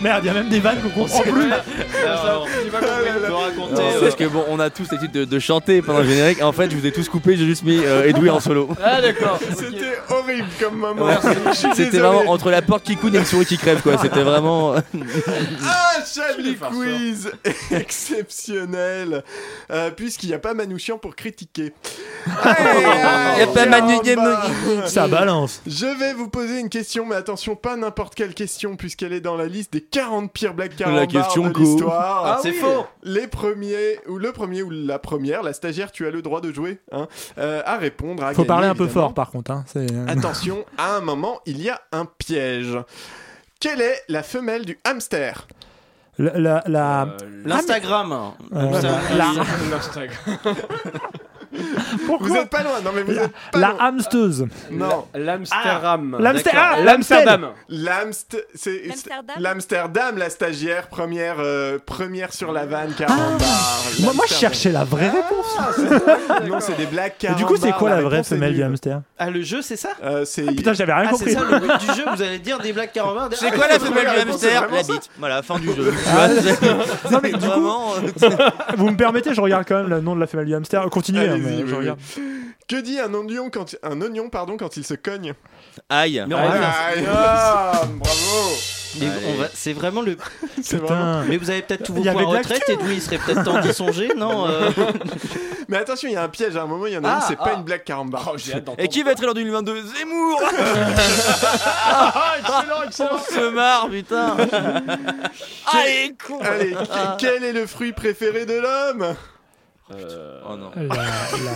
[SPEAKER 10] Merde, il y a même des vannes qu'on comprend plus.
[SPEAKER 2] Ah euh,
[SPEAKER 11] Non, Parce que bon, on a tous l'habitude de, de chanter pendant le générique. En fait, je vous ai tous coupé, j'ai juste mis euh, Edoui en solo.
[SPEAKER 1] Ah, d'accord. C'était horrible comme moment. Je suis
[SPEAKER 11] C'était
[SPEAKER 1] désolé.
[SPEAKER 11] vraiment entre la porte qui coule et le souris qui crève, quoi. C'était vraiment. euh,
[SPEAKER 1] Ah, Chablis Quiz Exceptionnel Euh, Puisqu'il n'y a pas Manouchian pour critiquer. euh, Il
[SPEAKER 11] Y a pas Manouchian.
[SPEAKER 10] Ça balance.
[SPEAKER 1] Je vais vous poser une question, mais attention, pas n'importe quelle question, puisqu'elle est dans la liste des 40 pires blagues carambars
[SPEAKER 11] question
[SPEAKER 1] de
[SPEAKER 11] co.
[SPEAKER 1] l'histoire.
[SPEAKER 11] Ah, c'est faux.
[SPEAKER 1] Les premiers, ou le premier ou la première, la stagiaire, tu as le droit de jouer, hein, euh, à répondre, à
[SPEAKER 10] Faut
[SPEAKER 1] gagner,
[SPEAKER 10] parler un peu
[SPEAKER 1] évidemment. Ah.
[SPEAKER 10] fort par contre. hein, c'est-
[SPEAKER 1] Attention, à un moment, il y a un piège. Quelle est la femelle du hamster
[SPEAKER 10] La- la- la-
[SPEAKER 1] Euh,
[SPEAKER 2] L'Instagram.
[SPEAKER 10] Ah, mais-
[SPEAKER 2] L'Instagram.
[SPEAKER 10] Euh, la-
[SPEAKER 1] Vous êtes pas loin, non mais vous êtes pas Ah,
[SPEAKER 10] La
[SPEAKER 1] loin.
[SPEAKER 10] hamsteuse.
[SPEAKER 1] Non.
[SPEAKER 16] L'Amsterdam.
[SPEAKER 10] Ah, l'Amster- D'accord. ah, l'Amsterdam.
[SPEAKER 1] L'Amst- c'est- c'est- L'Amsterdam, la stagiaire première, euh, première sur la vanne
[SPEAKER 10] Ah.
[SPEAKER 1] carambar.
[SPEAKER 10] Moi, moi, je cherchais la
[SPEAKER 1] Ah,
[SPEAKER 10] vraie réponse.
[SPEAKER 1] non, c'est des blagues
[SPEAKER 10] Et
[SPEAKER 1] carambar.
[SPEAKER 10] du coup, c'est quoi la vraie
[SPEAKER 1] réponse est
[SPEAKER 10] femelle du
[SPEAKER 1] nulle.
[SPEAKER 10] hamster
[SPEAKER 2] Ah, le jeu, c'est ça
[SPEAKER 1] Euh, c'est-
[SPEAKER 10] Putain, j'avais rien
[SPEAKER 2] Ah, c'est
[SPEAKER 10] compris.
[SPEAKER 2] ça le but du jeu, vous allez dire des blagues Ah, carambars.
[SPEAKER 11] C'est quoi la femelle du
[SPEAKER 1] réponse, c'est
[SPEAKER 11] hamster
[SPEAKER 1] vraiment
[SPEAKER 11] La
[SPEAKER 1] ça.
[SPEAKER 11] bite. Voilà, fin du jeu.
[SPEAKER 10] Ah,
[SPEAKER 11] Tu vois, c'est-
[SPEAKER 10] Non, mais du
[SPEAKER 11] Vraiment, euh,
[SPEAKER 10] Vous me permettez, je regarde quand même le nom de la femelle du hamster. Continuez, hein,
[SPEAKER 1] Allez-y,
[SPEAKER 10] mais
[SPEAKER 1] oui,
[SPEAKER 10] je
[SPEAKER 1] oui.
[SPEAKER 10] regarde.
[SPEAKER 1] Que dit un oignon quand un oignon pardon quand il se cogne
[SPEAKER 11] Aïe.
[SPEAKER 10] Ah,
[SPEAKER 2] Mais on va faire-
[SPEAKER 1] Aïe, ah, Bravo.
[SPEAKER 2] mais on va- C'est vraiment le.
[SPEAKER 1] C'est vraiment.
[SPEAKER 10] Putain.
[SPEAKER 2] Mais vous avez peut-être tous vos
[SPEAKER 10] Il y
[SPEAKER 2] points
[SPEAKER 10] avait de
[SPEAKER 2] retraite et d'où il serait peut-être temps d'y songer, non euh,
[SPEAKER 1] Mais attention, il y a un piège. À un moment, il y en a une.
[SPEAKER 16] Ah,
[SPEAKER 1] C'est pas
[SPEAKER 16] ah.
[SPEAKER 1] une blague carambar.
[SPEAKER 16] Oh, j'ai hâte d'entendre.
[SPEAKER 11] Et qui va être l'heure du 2022 Zemmour
[SPEAKER 16] Ah, excellent, excellent.
[SPEAKER 11] On se marre, putain Allez, con
[SPEAKER 1] Allez, que- quel est le fruit préféré de l'homme
[SPEAKER 11] Oh non.
[SPEAKER 10] La, la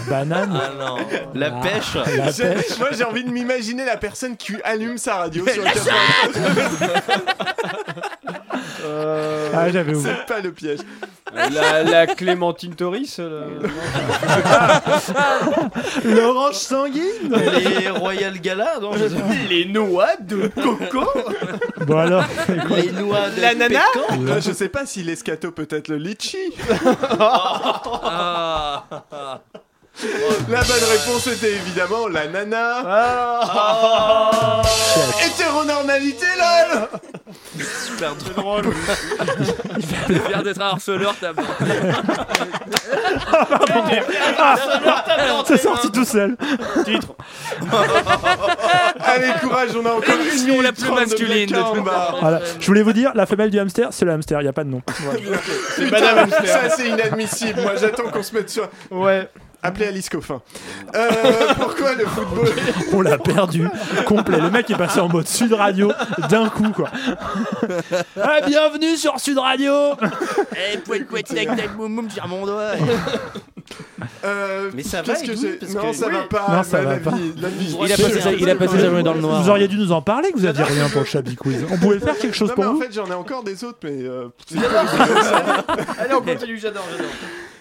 [SPEAKER 10] banane.
[SPEAKER 11] Ah non.
[SPEAKER 2] La pêche.
[SPEAKER 10] La
[SPEAKER 1] J'ai-
[SPEAKER 10] pêche.
[SPEAKER 1] Moi, j'ai envie de m'imaginer la personne qui allume sa radio sur le
[SPEAKER 10] Ah, j'avais oublié.
[SPEAKER 1] Euh, C'est pas le piège.
[SPEAKER 16] La, la Clémentine Toris euh, non.
[SPEAKER 2] L'orange sanguine Les Royal Gala non, je sais pas. Les noix de coco
[SPEAKER 10] Bon alors.
[SPEAKER 2] Les noix de
[SPEAKER 1] L'ananas
[SPEAKER 2] pécan.
[SPEAKER 1] Euh, Je sais pas si l'escato peut être le litchi. La bonne réponse était évidemment la nana.
[SPEAKER 10] Ah.
[SPEAKER 2] Oh.
[SPEAKER 1] Hétéronormalité, lol
[SPEAKER 11] Super drôle. T'es fier d'être un harceleur, t'as
[SPEAKER 10] C'est sorti tout seul.
[SPEAKER 16] Titre.
[SPEAKER 1] Allez, courage, on a encore une
[SPEAKER 11] L'émission la
[SPEAKER 1] minute
[SPEAKER 11] plus
[SPEAKER 1] 30 de
[SPEAKER 11] masculine de
[SPEAKER 1] Black
[SPEAKER 11] tout le
[SPEAKER 1] Mamba.
[SPEAKER 10] Voilà. Je voulais vous dire, la femelle du hamster, c'est le hamster, il n'y a pas de nom.
[SPEAKER 1] Putain,
[SPEAKER 16] Madame Hamster.
[SPEAKER 1] Ça, c'est inadmissible. Moi, j'attends qu'on se mette sur.
[SPEAKER 16] Ouais.
[SPEAKER 1] Appelez Alice Coffin. Euh, pourquoi le football
[SPEAKER 10] On l'a perdu complet. Le mec est passé en mode Sud Radio d'un coup, quoi. Ah, bienvenue sur Sud Radio
[SPEAKER 11] Eh, poète, poète, avec ta moum moum, tire mon doigt.
[SPEAKER 1] Euh,
[SPEAKER 2] Mais ça va,
[SPEAKER 1] Qu'est-ce que
[SPEAKER 2] Edoui,
[SPEAKER 1] c'est
[SPEAKER 2] parce
[SPEAKER 1] Non,
[SPEAKER 2] que-
[SPEAKER 1] ça va
[SPEAKER 2] Oui.
[SPEAKER 1] pas.
[SPEAKER 10] Non, ça
[SPEAKER 1] la
[SPEAKER 10] va pas.
[SPEAKER 1] vie- la vie-
[SPEAKER 11] Il a passé sa- il a passé sa journée dans le noir.
[SPEAKER 10] Vous auriez dû nous en parler, que vous aviez rien pour le Chablis Quiz. On pouvait faire quelque chose
[SPEAKER 1] Non,
[SPEAKER 10] pour
[SPEAKER 1] mais en
[SPEAKER 10] vous
[SPEAKER 1] fait, j'en ai encore des autres, mais. euh, c'est-
[SPEAKER 16] Allez, on continue, j'adore, j'adore.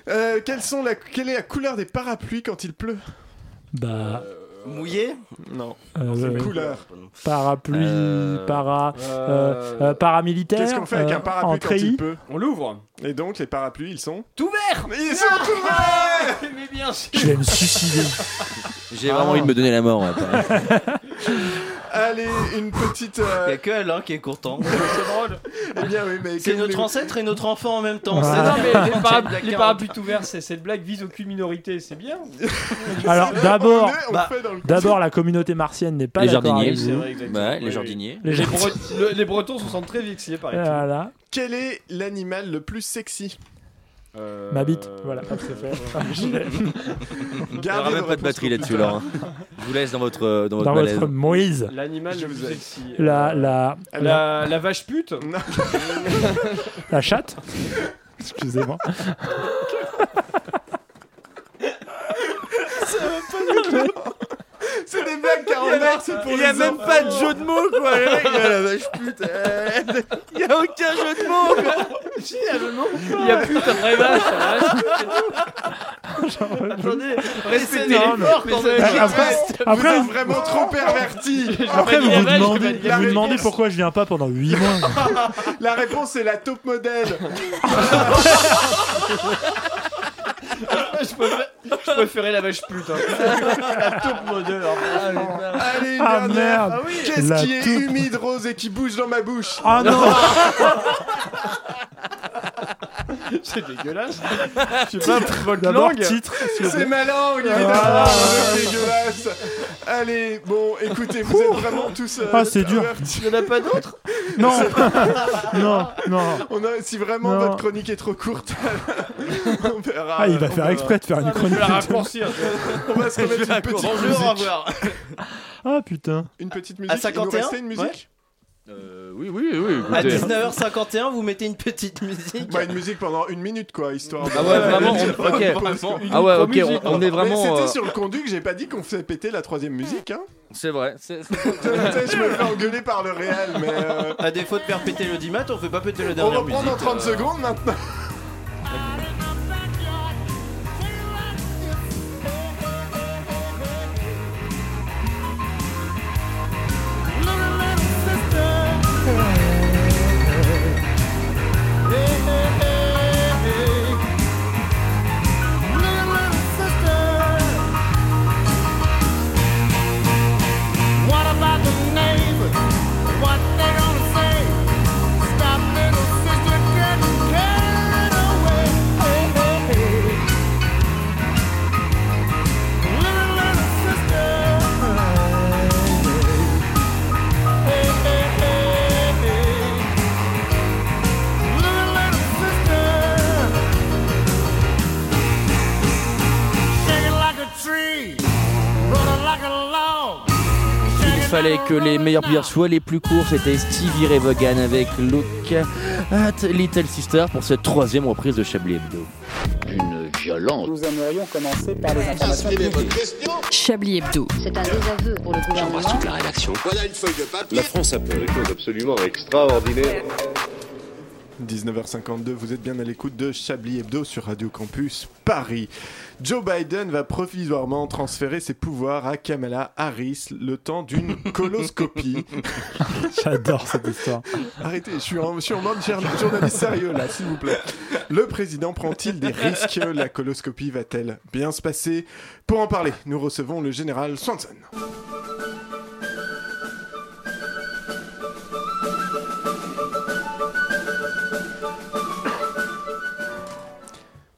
[SPEAKER 1] Euh, quelles sont la... Quelle est la couleur des parapluies quand il pleut
[SPEAKER 10] Bah,
[SPEAKER 2] Mouillé
[SPEAKER 1] Non.
[SPEAKER 10] euh,
[SPEAKER 1] C'est une couleur.
[SPEAKER 10] parapluie,
[SPEAKER 2] Euh,
[SPEAKER 10] para, euh,
[SPEAKER 16] euh,
[SPEAKER 10] euh, paramilitaire.
[SPEAKER 1] Qu'est-ce qu'on fait avec
[SPEAKER 10] euh,
[SPEAKER 1] un parapluie
[SPEAKER 10] en
[SPEAKER 1] quand il
[SPEAKER 10] treillis.
[SPEAKER 1] pleut
[SPEAKER 16] On l'ouvre.
[SPEAKER 1] Et donc, les parapluies, ils sont.
[SPEAKER 16] Tout vert
[SPEAKER 1] Mais ils sont tous verts
[SPEAKER 16] Mais bien sûr
[SPEAKER 10] Je vais me suicider.
[SPEAKER 11] J'ai vraiment envie de me donner la mort. ouais.
[SPEAKER 1] Allez, une petite.
[SPEAKER 2] Il n'y
[SPEAKER 1] euh,
[SPEAKER 2] a que Alain qui est content.
[SPEAKER 16] C'est drôle.
[SPEAKER 1] eh bien, oui, mais.
[SPEAKER 2] C'est
[SPEAKER 1] que
[SPEAKER 2] notre
[SPEAKER 1] voulez-vous
[SPEAKER 2] ancêtre et notre enfant en même temps.
[SPEAKER 10] Ah.
[SPEAKER 2] C'est
[SPEAKER 16] Non,
[SPEAKER 2] normal.
[SPEAKER 16] mais les, para-
[SPEAKER 2] D'accord.
[SPEAKER 16] les parapluies tout verts, c'est- cette blague vise aucune minorité, c'est bien.
[SPEAKER 10] Alors
[SPEAKER 1] On
[SPEAKER 10] d'abord,
[SPEAKER 1] est- on
[SPEAKER 2] bah,
[SPEAKER 1] fait dans le-
[SPEAKER 10] d'abord la communauté martienne n'est pas
[SPEAKER 11] Les
[SPEAKER 10] d'accord
[SPEAKER 11] jardiniers.
[SPEAKER 10] avec vous.
[SPEAKER 11] Bah, les
[SPEAKER 16] Oui,
[SPEAKER 11] jardiniers.
[SPEAKER 10] Les
[SPEAKER 16] Les,
[SPEAKER 10] gens-
[SPEAKER 16] Bre- le- les Bretons se sentent très vexés, par exemple.
[SPEAKER 10] Voilà.
[SPEAKER 1] Quel est l'animal le plus sexy
[SPEAKER 16] Euh,
[SPEAKER 10] Ma bite. Voilà, hop, c'est fait.
[SPEAKER 11] Il n'y aura
[SPEAKER 1] Gardez
[SPEAKER 11] même pas de
[SPEAKER 1] vos réponses
[SPEAKER 11] batterie
[SPEAKER 1] pour
[SPEAKER 11] là-dessus,
[SPEAKER 1] plus tard.
[SPEAKER 11] Laurent. Je vous laisse dans votre, euh, dans votre
[SPEAKER 10] Dans
[SPEAKER 11] malaise.
[SPEAKER 10] votre Moïse.
[SPEAKER 16] L'animal
[SPEAKER 1] Je
[SPEAKER 16] le plus
[SPEAKER 1] vous ai-
[SPEAKER 16] sexy.
[SPEAKER 10] La,
[SPEAKER 16] Euh,
[SPEAKER 10] la,
[SPEAKER 17] Ah bah.
[SPEAKER 16] la, la vache pute
[SPEAKER 1] Non.
[SPEAKER 10] la chatte. Excusez-moi.
[SPEAKER 1] C'est des blagues carambar, c'est pour
[SPEAKER 11] Il
[SPEAKER 1] les Oh
[SPEAKER 11] n'y a même
[SPEAKER 1] enfants.
[SPEAKER 11] pas de jeu de mots, quoi. Le mec, il a la vache pute. euh, Il n'y a aucun jeu de mots. quoi.
[SPEAKER 16] Il y a pute après vache, la vache pute. Attendez, respectez les
[SPEAKER 10] énorme.
[SPEAKER 16] forts quand même.
[SPEAKER 10] Après,
[SPEAKER 1] Vous
[SPEAKER 10] après,
[SPEAKER 1] êtes
[SPEAKER 10] vous,
[SPEAKER 1] vraiment trop perverti.
[SPEAKER 10] après, vous, vous
[SPEAKER 16] la vache,
[SPEAKER 10] demandez,
[SPEAKER 1] la
[SPEAKER 10] vous vous demandez
[SPEAKER 1] réponse.
[SPEAKER 10] pourquoi je viens pas pendant 8 mois.
[SPEAKER 1] La réponse est la top modèle.
[SPEAKER 16] Je préfère- je préférais la vache pute. hein. La taupe modèle.
[SPEAKER 1] Allez, une
[SPEAKER 10] Ah,
[SPEAKER 1] dernière.
[SPEAKER 10] merde.
[SPEAKER 1] Qu'est-ce
[SPEAKER 10] La
[SPEAKER 1] qui est
[SPEAKER 10] taupe.
[SPEAKER 1] humide, rose et qui bouge dans ma bouche
[SPEAKER 10] Ah non
[SPEAKER 16] C'est dégueulasse. Je sais pas, votre
[SPEAKER 10] D'abord
[SPEAKER 16] langue.
[SPEAKER 10] titre.
[SPEAKER 1] C'est ma langue, évidemment.
[SPEAKER 10] Ah.
[SPEAKER 1] C'est dégueulasse. Allez, bon, écoutez, vous êtes vraiment tous. euh,
[SPEAKER 10] Ah, c'est dur.
[SPEAKER 1] pervertis.
[SPEAKER 16] Il n'y en a pas d'autres
[SPEAKER 10] Non Non, non.
[SPEAKER 1] On a- si vraiment
[SPEAKER 10] Non.
[SPEAKER 1] votre chronique est trop courte, on verra.
[SPEAKER 10] Ah, il va
[SPEAKER 1] on
[SPEAKER 10] faire
[SPEAKER 1] verra.
[SPEAKER 10] exprès de faire une
[SPEAKER 16] Je vais
[SPEAKER 10] chronique.
[SPEAKER 16] la raccourcir.
[SPEAKER 1] On va se remettre une petite musique.
[SPEAKER 2] Bonjour, au revoir.
[SPEAKER 10] Ah putain.
[SPEAKER 1] Une petite musique. Il nous
[SPEAKER 2] 51,
[SPEAKER 1] restait une musique
[SPEAKER 2] ouais.
[SPEAKER 11] Euh, oui, oui, oui.
[SPEAKER 2] À
[SPEAKER 11] écoutez.
[SPEAKER 2] 19h51, vous mettez une petite musique.
[SPEAKER 1] Bah, une musique pendant une minute, quoi, histoire. de-
[SPEAKER 11] Ah ouais, vraiment, on- ok. Ah ouais, ok, on, on est
[SPEAKER 1] Mais
[SPEAKER 11] vraiment.
[SPEAKER 1] c'était
[SPEAKER 11] euh,
[SPEAKER 1] sur le conduit que j'ai pas dit qu'on faisait péter la troisième musique, hein.
[SPEAKER 11] C'est vrai. c'est- c'est-
[SPEAKER 1] Tu sais, je me fais engueuler par le réel, mais. euh,
[SPEAKER 2] À défaut de faire péter le dimat, on fait pas péter le
[SPEAKER 1] On
[SPEAKER 2] dernier.
[SPEAKER 1] reprend dans 30
[SPEAKER 11] euh,
[SPEAKER 1] secondes maintenant.
[SPEAKER 13] What about the neighbors? What they gonna say? Stop little sister getting carried away. Hey, hey, hey. Little, little sister. Hey, hey, hey, hey. Little, little sister. Shaking like a tree, rolling like a log.
[SPEAKER 11] Il fallait que les meilleurs players soient les plus courts. C'était Stevie Ray Vaughan avec Look at Little Sister pour cette troisième reprise de Chablis Hebdo.
[SPEAKER 3] D'une violence.
[SPEAKER 6] Nous aimerions commencer par les informations publiques.
[SPEAKER 8] Chablis Hebdo.
[SPEAKER 15] C'est un désaveu pour le gouvernement.
[SPEAKER 9] la rédaction.
[SPEAKER 3] La France a fait des choses absolument extraordinaires.
[SPEAKER 1] 19h52, vous êtes bien à l'écoute de Chablis Hebdo sur Radio Campus Paris. Joe Biden va provisoirement transférer ses pouvoirs à Kamala Harris le temps d'une coloscopie.
[SPEAKER 10] J'adore cette histoire.
[SPEAKER 1] Arrêtez, je suis en, je suis en mode jour- journaliste sérieux là, s'il vous plaît. Le président prend-il des risques La coloscopie va-t-elle bien se passer Pour en parler, nous recevons le général Swanson.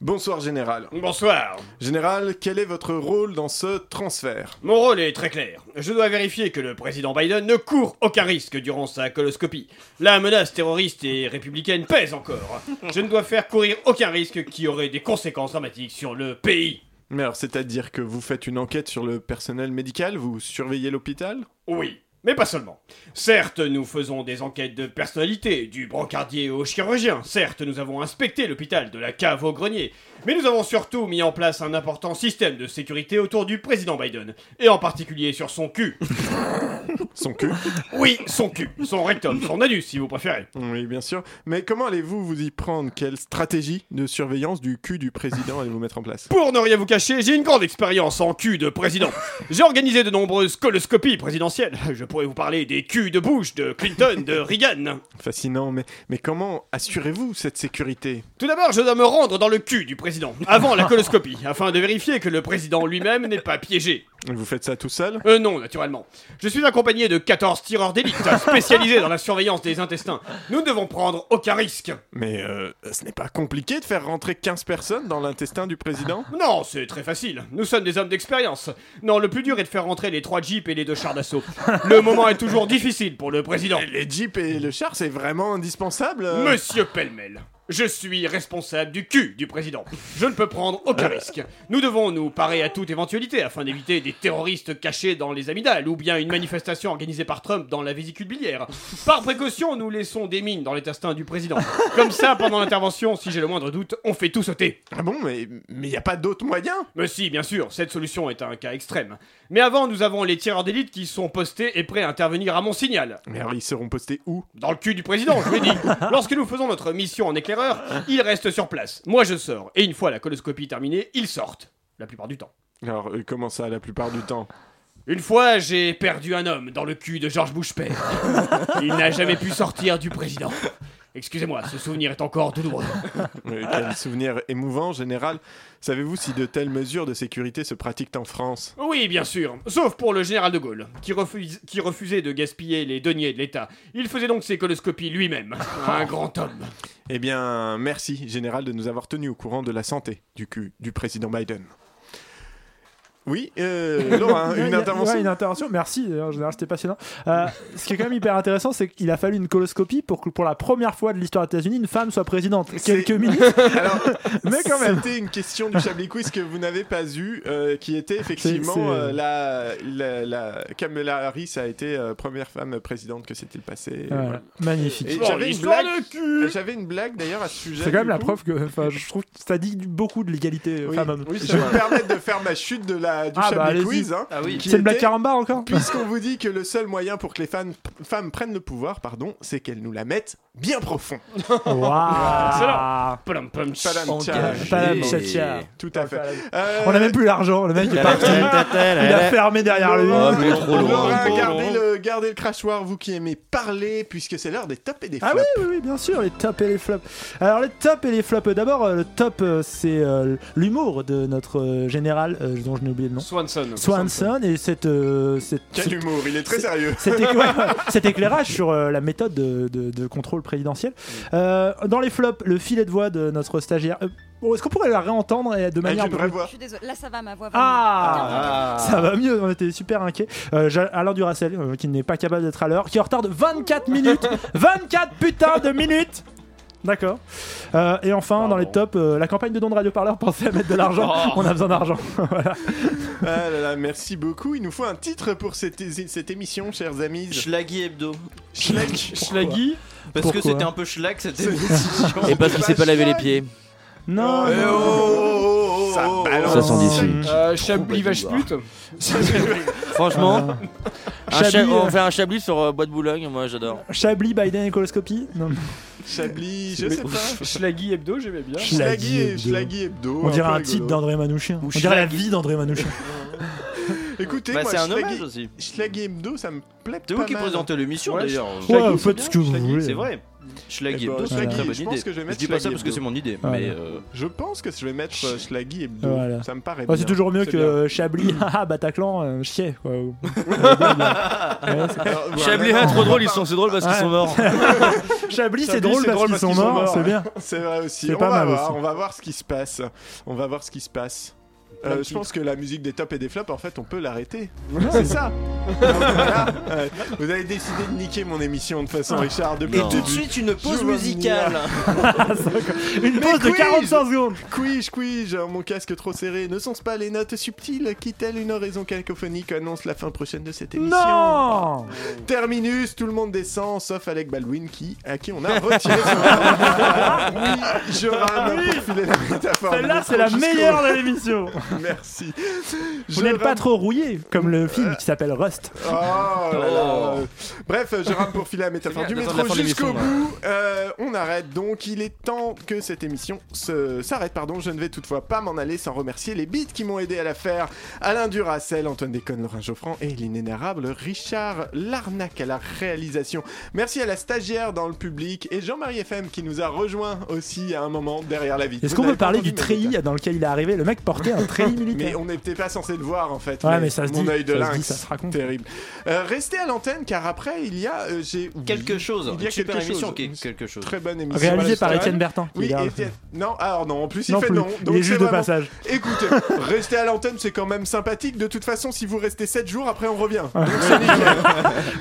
[SPEAKER 1] Bonsoir général.
[SPEAKER 17] Bonsoir.
[SPEAKER 1] Général, quel est votre rôle dans ce transfert
[SPEAKER 17] Mon rôle est très clair. Je dois vérifier que le président Biden ne court aucun risque durant sa coloscopie. La menace terroriste et républicaine pèse encore. Je ne dois faire courir aucun risque qui aurait des conséquences dramatiques sur le pays.
[SPEAKER 1] Mais alors, c'est-à-dire que vous faites une enquête sur le personnel médical Vous surveillez l'hôpital
[SPEAKER 17] Oui, mais pas seulement. Certes, nous faisons des enquêtes de personnalité, du brancardier au chirurgien. Certes, nous avons inspecté l'hôpital de la cave au grenier. Mais nous avons surtout mis en place un important système de sécurité autour du président Biden. Et en particulier sur son cul.
[SPEAKER 1] Son cul
[SPEAKER 17] Oui, son cul. Son rectum, son anus, si vous préférez.
[SPEAKER 1] Oui, bien sûr. Mais comment allez-vous vous y prendre Quelle stratégie de surveillance du cul du président allez-vous mettre en place
[SPEAKER 17] Pour ne rien vous cacher, j'ai une grande expérience en cul de président. J'ai organisé de nombreuses coloscopies présidentielles. Je pourrais vous parler des culs de Bush, de Clinton, de Reagan.
[SPEAKER 1] Fascinant, mais, mais comment assurez-vous cette sécurité
[SPEAKER 17] Tout d'abord, je dois me rendre dans le cul du président, avant la coloscopie, afin de vérifier que le président lui-même n'est pas piégé.
[SPEAKER 1] Vous faites ça tout seul
[SPEAKER 17] Euh non, naturellement. Je suis accompagné de 14 tireurs d'élite spécialisés dans la surveillance des intestins. Nous ne devons prendre aucun risque.
[SPEAKER 1] Mais euh, ce n'est pas compliqué de faire rentrer 15 personnes dans l'intestin du président
[SPEAKER 17] Non, c'est très facile. Nous sommes des hommes d'expérience. Non, le plus dur est de faire rentrer les trois jeeps et les deux chars d'assaut. Le moment est toujours difficile pour le président.
[SPEAKER 1] Et Les jeeps et le char, c'est vraiment indispensable euh
[SPEAKER 17] Monsieur Pellemel, je suis responsable du cul du président. Je ne peux prendre aucun risque. Nous devons nous parer à toute éventualité afin d'éviter des terroristes cachés dans les amygdales ou bien une manifestation organisée par Trump dans la vésicule biliaire. Par précaution, nous laissons des mines dans l'intestin du président. Comme ça, pendant l'intervention, si j'ai le moindre doute, on fait tout sauter.
[SPEAKER 1] Ah bon, mais il n'y a pas d'autre moyen
[SPEAKER 17] Mais si, bien sûr, cette solution est un cas extrême. Mais avant, nous avons les tireurs d'élite qui sont postés et prêts à intervenir à mon signal.
[SPEAKER 1] Mais alors, ils seront postés où
[SPEAKER 17] Dans le cul du président, je l'ai dit. Lorsque nous faisons notre mission en éclaireur, ils restent sur place. Moi, je sors. Et une fois la coloscopie terminée, ils sortent. La plupart du temps.
[SPEAKER 1] Alors, euh, comment ça, la plupart du temps
[SPEAKER 17] Une fois, j'ai perdu un homme dans le cul de Georges Bush père. Il n'a jamais pu sortir du président. Excusez-moi, ce souvenir est encore douloureux.
[SPEAKER 1] Euh, Quel souvenir émouvant, général. Savez-vous si de telles mesures de sécurité se pratiquent en France
[SPEAKER 17] Oui, bien sûr. Sauf pour le général de Gaulle, qui, refuse- qui refusait de gaspiller les deniers de l'État. Il faisait donc ses coloscopies lui-même. Un grand homme.
[SPEAKER 1] Eh bien, merci, général, de nous avoir tenus au courant de la santé du cul du président Biden. Oui, euh, Laura,
[SPEAKER 10] Ouais,
[SPEAKER 1] une
[SPEAKER 10] il y a-
[SPEAKER 1] intervention
[SPEAKER 10] ouais, une intervention. Merci, en général, c'était passionnant. Euh, ce qui est quand même hyper intéressant, c'est qu'il a fallu une coloscopie pour que pour la première fois de l'histoire des États-Unis, une femme soit présidente. Quelques minutes.
[SPEAKER 1] Alors,
[SPEAKER 10] Mais quand même.
[SPEAKER 1] C'était une question du Chablis Quiz que vous n'avez pas eue, euh, qui était effectivement
[SPEAKER 10] C'est- c'est-
[SPEAKER 1] euh, la, la, la- Kamala Harris a été euh, première femme présidente. Que s'est-il passé Et
[SPEAKER 10] Voilà.
[SPEAKER 1] voilà.
[SPEAKER 10] Magnifique.
[SPEAKER 1] Et
[SPEAKER 10] Oh,
[SPEAKER 1] j'avais une
[SPEAKER 10] l'histoire
[SPEAKER 1] blague. J'avais une blague d'ailleurs à ce sujet.
[SPEAKER 10] C'est quand même
[SPEAKER 1] du
[SPEAKER 10] la
[SPEAKER 1] coup.
[SPEAKER 10] preuve que, enfin, je trouve que ça dit beaucoup de l'égalité euh,
[SPEAKER 1] Oui.
[SPEAKER 10] femme-homme.
[SPEAKER 1] Oui, je vais me permettre de faire ma chute de la, du
[SPEAKER 10] Ah, bah,
[SPEAKER 1] Chablis
[SPEAKER 10] allez-y.
[SPEAKER 1] Quiz. hein,
[SPEAKER 10] Ah oui.
[SPEAKER 1] qui
[SPEAKER 10] C'est une blague
[SPEAKER 1] était-
[SPEAKER 10] caramba encore
[SPEAKER 1] Puisqu'on vous dit que le seul moyen pour que les femmes, femmes prennent le pouvoir, pardon, c'est qu'elles nous la mettent bien profond.
[SPEAKER 10] Waouh
[SPEAKER 17] Padam, pam,
[SPEAKER 1] Padam,
[SPEAKER 10] Engagé.
[SPEAKER 1] tcha.
[SPEAKER 10] Padam, tcha, tcha.
[SPEAKER 1] Tout à fait.
[SPEAKER 10] On a même plus l'argent, le mec est parti. Il a Oh, fermé derrière lui.
[SPEAKER 1] Laura,
[SPEAKER 11] mais trop long,
[SPEAKER 1] Laura,
[SPEAKER 11] trop
[SPEAKER 1] gardez
[SPEAKER 11] long.
[SPEAKER 1] le, gardez le crachoir, vous qui aimez parler, puisque c'est l'heure des tops et des
[SPEAKER 10] Ah
[SPEAKER 1] flops.
[SPEAKER 10] oui, oui, oui, bien sûr, les tops et les flops. Alors les tops et les flops, euh, d'abord euh, le top euh, c'est euh, l'humour de notre euh, général euh, dont je n'ai oublié le nom.
[SPEAKER 17] Swanson.
[SPEAKER 10] Swanson et cette, euh, cette,
[SPEAKER 1] Quel
[SPEAKER 10] cette-
[SPEAKER 1] humour, il est très sérieux.
[SPEAKER 10] cet, éc- ouais, ouais, cet éclairage sur euh, la méthode de, de- de contrôle présidentiel. Euh, dans les flops, le filet de voix de notre stagiaire. Euh, bon, Est-ce qu'on pourrait la réentendre et de manière
[SPEAKER 1] une
[SPEAKER 10] un peu
[SPEAKER 1] vraie
[SPEAKER 10] plus-
[SPEAKER 1] voix.
[SPEAKER 18] Je suis désolée. Là, ça va, ma voix va.
[SPEAKER 10] Ah, ça va mieux, on était super inquiets. Euh, Ja- Alain Duracel, euh, qui n'est pas capable d'être à l'heure, qui est en retard de 24 minutes 24 putains de minutes D'accord. Euh, et enfin, dans les tops, euh, la campagne de dons de Radio Parleur, pensez à mettre de l'argent,
[SPEAKER 1] Oh.
[SPEAKER 10] on a besoin d'argent. voilà.
[SPEAKER 1] Ah là là, merci beaucoup. Il nous faut un titre pour cette, cette émission, chers amis.
[SPEAKER 2] Schlaggy Hebdo.
[SPEAKER 1] Schlag.
[SPEAKER 2] Schlaggy Parce que
[SPEAKER 1] Pourquoi
[SPEAKER 2] c'était un peu schlag cette émission.
[SPEAKER 11] Et parce qu'il s'est pas lavé les pieds.
[SPEAKER 10] Non,
[SPEAKER 1] Eh
[SPEAKER 10] non.
[SPEAKER 1] Ça balance.
[SPEAKER 11] Ça s'en dit si.
[SPEAKER 16] Euh, Chablis vache pute.
[SPEAKER 11] Franchement, un
[SPEAKER 10] Chablis,
[SPEAKER 11] cha-
[SPEAKER 10] euh.
[SPEAKER 11] on fait un chablis sur euh, Bois de Boulogne, moi j'adore.
[SPEAKER 10] Chablis, Biden et Coloscopie Non.
[SPEAKER 1] Chablis, je sais pas.
[SPEAKER 16] Schlaggy Hebdo, j'aimais bien.
[SPEAKER 1] Schlaggy et Schlaggy Hebdo.
[SPEAKER 10] On dirait
[SPEAKER 1] peu
[SPEAKER 10] un titre
[SPEAKER 1] Oh, rigolo.
[SPEAKER 10] d'André Manouchian.
[SPEAKER 1] Ou
[SPEAKER 10] On dirait la
[SPEAKER 1] Schlaggy.
[SPEAKER 10] vie d'André Manouchian.
[SPEAKER 1] Écoutez,
[SPEAKER 2] Bah,
[SPEAKER 1] moi,
[SPEAKER 2] c'est un
[SPEAKER 1] Schlaggy-
[SPEAKER 2] hommage aussi.
[SPEAKER 1] Schlaggy Hebdo, ça me plaît pas.
[SPEAKER 2] C'est vous qui
[SPEAKER 1] mal.
[SPEAKER 2] présentez l'émission
[SPEAKER 1] Ouais,
[SPEAKER 2] d'ailleurs.
[SPEAKER 10] Schlaggy, Ouais, vous c'est faites bien. ce que vous
[SPEAKER 2] Schlaggy,
[SPEAKER 10] voulez.
[SPEAKER 2] C'est vrai. Schlaggy
[SPEAKER 1] Eh ben,
[SPEAKER 2] Hebdo, c'est une
[SPEAKER 1] Schlaggy,
[SPEAKER 2] très bonne
[SPEAKER 1] je pense
[SPEAKER 2] idée.
[SPEAKER 1] que je vais mettre
[SPEAKER 2] dis pas ça
[SPEAKER 1] Schlaggy
[SPEAKER 2] parce que
[SPEAKER 1] Hebdo.
[SPEAKER 2] c'est mon idée,
[SPEAKER 10] Ah,
[SPEAKER 2] mais
[SPEAKER 10] ouais.
[SPEAKER 2] euh,
[SPEAKER 1] Je pense que je vais mettre euh, Schlaggy Hebdo.
[SPEAKER 10] Voilà.
[SPEAKER 1] Ça me paraît
[SPEAKER 10] Ouais,
[SPEAKER 1] bien.
[SPEAKER 10] c'est toujours mieux
[SPEAKER 1] C'est
[SPEAKER 10] que
[SPEAKER 1] bien.
[SPEAKER 10] euh, Chablis, haha, Bataclan, euh, chier. Quoi. Ouais, c'est-
[SPEAKER 1] Alors, voilà.
[SPEAKER 11] Chablis, ah, trop drôle, ils sont, c'est drôle parce qu'ils
[SPEAKER 10] Ouais.
[SPEAKER 11] sont morts.
[SPEAKER 10] Chablis, c'est drôle parce qu'ils sont morts, c'est bien.
[SPEAKER 1] C'est vrai aussi.
[SPEAKER 10] C'est
[SPEAKER 1] on
[SPEAKER 10] pas
[SPEAKER 1] va
[SPEAKER 10] mal
[SPEAKER 1] voir,
[SPEAKER 10] aussi.
[SPEAKER 1] on va voir ce qui se passe. On va voir ce qui se passe.
[SPEAKER 10] Plein
[SPEAKER 1] Euh,
[SPEAKER 10] de
[SPEAKER 1] je pense que la musique des tops et des flops, en fait, on peut l'arrêter.
[SPEAKER 10] Ouais.
[SPEAKER 1] C'est ça. Donc, voilà, euh, vous avez décidé de niquer mon émission de façon, Richard. Depuis
[SPEAKER 2] Et
[SPEAKER 1] le
[SPEAKER 2] tout de
[SPEAKER 1] début.
[SPEAKER 2] suite une pause
[SPEAKER 1] Je vois venir.
[SPEAKER 2] musicale.
[SPEAKER 10] Une
[SPEAKER 1] Mais
[SPEAKER 10] pause de
[SPEAKER 1] quid
[SPEAKER 10] 45 secondes.
[SPEAKER 1] Quige, quige, oh, mon casque trop serré, ne sont pas les notes subtiles qui, telle une oraison cacophonique, annonce la fin prochaine de cette émission.
[SPEAKER 10] Non
[SPEAKER 1] Terminus, tout le monde descend, sauf Alec Baldwin qui, à qui on a retiré son arme. oui, Joran, pour filer la métaphore. du
[SPEAKER 10] Celle-là,
[SPEAKER 1] micro
[SPEAKER 10] c'est la
[SPEAKER 1] jusqu'au-
[SPEAKER 10] meilleure de l'émission.
[SPEAKER 1] Merci.
[SPEAKER 10] Vous
[SPEAKER 1] Je
[SPEAKER 10] n'êtes pas Euh,
[SPEAKER 1] rame-
[SPEAKER 10] trop rouillé, comme le film qui s'appelle Rust.
[SPEAKER 1] Oh là là. Bref, je rame pour filer la métaphore
[SPEAKER 11] Oh. C'est
[SPEAKER 1] du
[SPEAKER 11] bien
[SPEAKER 1] métro
[SPEAKER 11] d'attendre la fin de
[SPEAKER 1] jusqu'au
[SPEAKER 11] l'émission,
[SPEAKER 1] bout. Euh, on arrête donc. Il est temps que cette émission se- s'arrête. Pardon, je ne vais toutefois pas m'en aller sans remercier les beats qui m'ont aidé à la faire. Alain Duracel, Antoine Déconne, Laurent Geoffran et l'inénarrable Richard Larnac à la réalisation. Merci à la stagiaire dans le public et Jean-Marie FM qui nous a rejoint aussi à un moment derrière la vitre.
[SPEAKER 10] Est-ce
[SPEAKER 1] Vous
[SPEAKER 10] qu'on peut
[SPEAKER 1] n'avez pas
[SPEAKER 10] parler
[SPEAKER 1] entendu,
[SPEAKER 10] du
[SPEAKER 1] mais
[SPEAKER 10] treillis dans lequel il est arrivé Le mec portait un treillis
[SPEAKER 1] mais
[SPEAKER 10] militaire.
[SPEAKER 1] on n'était pas censé le voir en fait.
[SPEAKER 10] Ouais, mais ça se
[SPEAKER 1] mon
[SPEAKER 10] dit,
[SPEAKER 1] œil de
[SPEAKER 10] ça se
[SPEAKER 1] lynx,
[SPEAKER 10] dit, ça se raconte.
[SPEAKER 1] terrible. Euh, restez à l'antenne car après il y a euh, j'ai
[SPEAKER 2] quelque chose.
[SPEAKER 1] Il y a
[SPEAKER 2] une super
[SPEAKER 1] quelque
[SPEAKER 2] émission
[SPEAKER 1] chose.
[SPEAKER 2] qui est quelque chose.
[SPEAKER 1] Très bonne émission.
[SPEAKER 10] Réalisé par
[SPEAKER 1] Voilà,
[SPEAKER 10] Étienne
[SPEAKER 1] c'est-
[SPEAKER 10] Bertin. qui
[SPEAKER 1] Oui,
[SPEAKER 10] est là.
[SPEAKER 1] Étienne- non, alors non, en plus il
[SPEAKER 10] Non
[SPEAKER 1] fait
[SPEAKER 10] plus,
[SPEAKER 1] non.
[SPEAKER 10] il
[SPEAKER 1] donc
[SPEAKER 10] est juste
[SPEAKER 1] c'est
[SPEAKER 10] de
[SPEAKER 1] vraiment-
[SPEAKER 10] passage.
[SPEAKER 1] Écoutez, restez à l'antenne, c'est quand même sympathique. De toute façon, si vous restez 7 jours, après on revient. Donc, c'est nickel.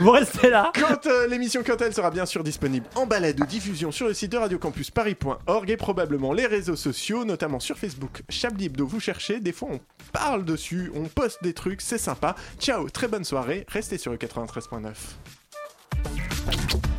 [SPEAKER 10] Vous restez là.
[SPEAKER 1] Quand euh, l'émission quand elle sera bien sûr disponible en balade ou diffusion sur le site de radiocampusparis.org et probablement les réseaux sociaux, notamment sur Facebook, Chablis Hebdo, vous cherchez, des fois on parle dessus, on poste des trucs, c'est sympa. Ciao, très bonne soirée, restez sur le 93.9.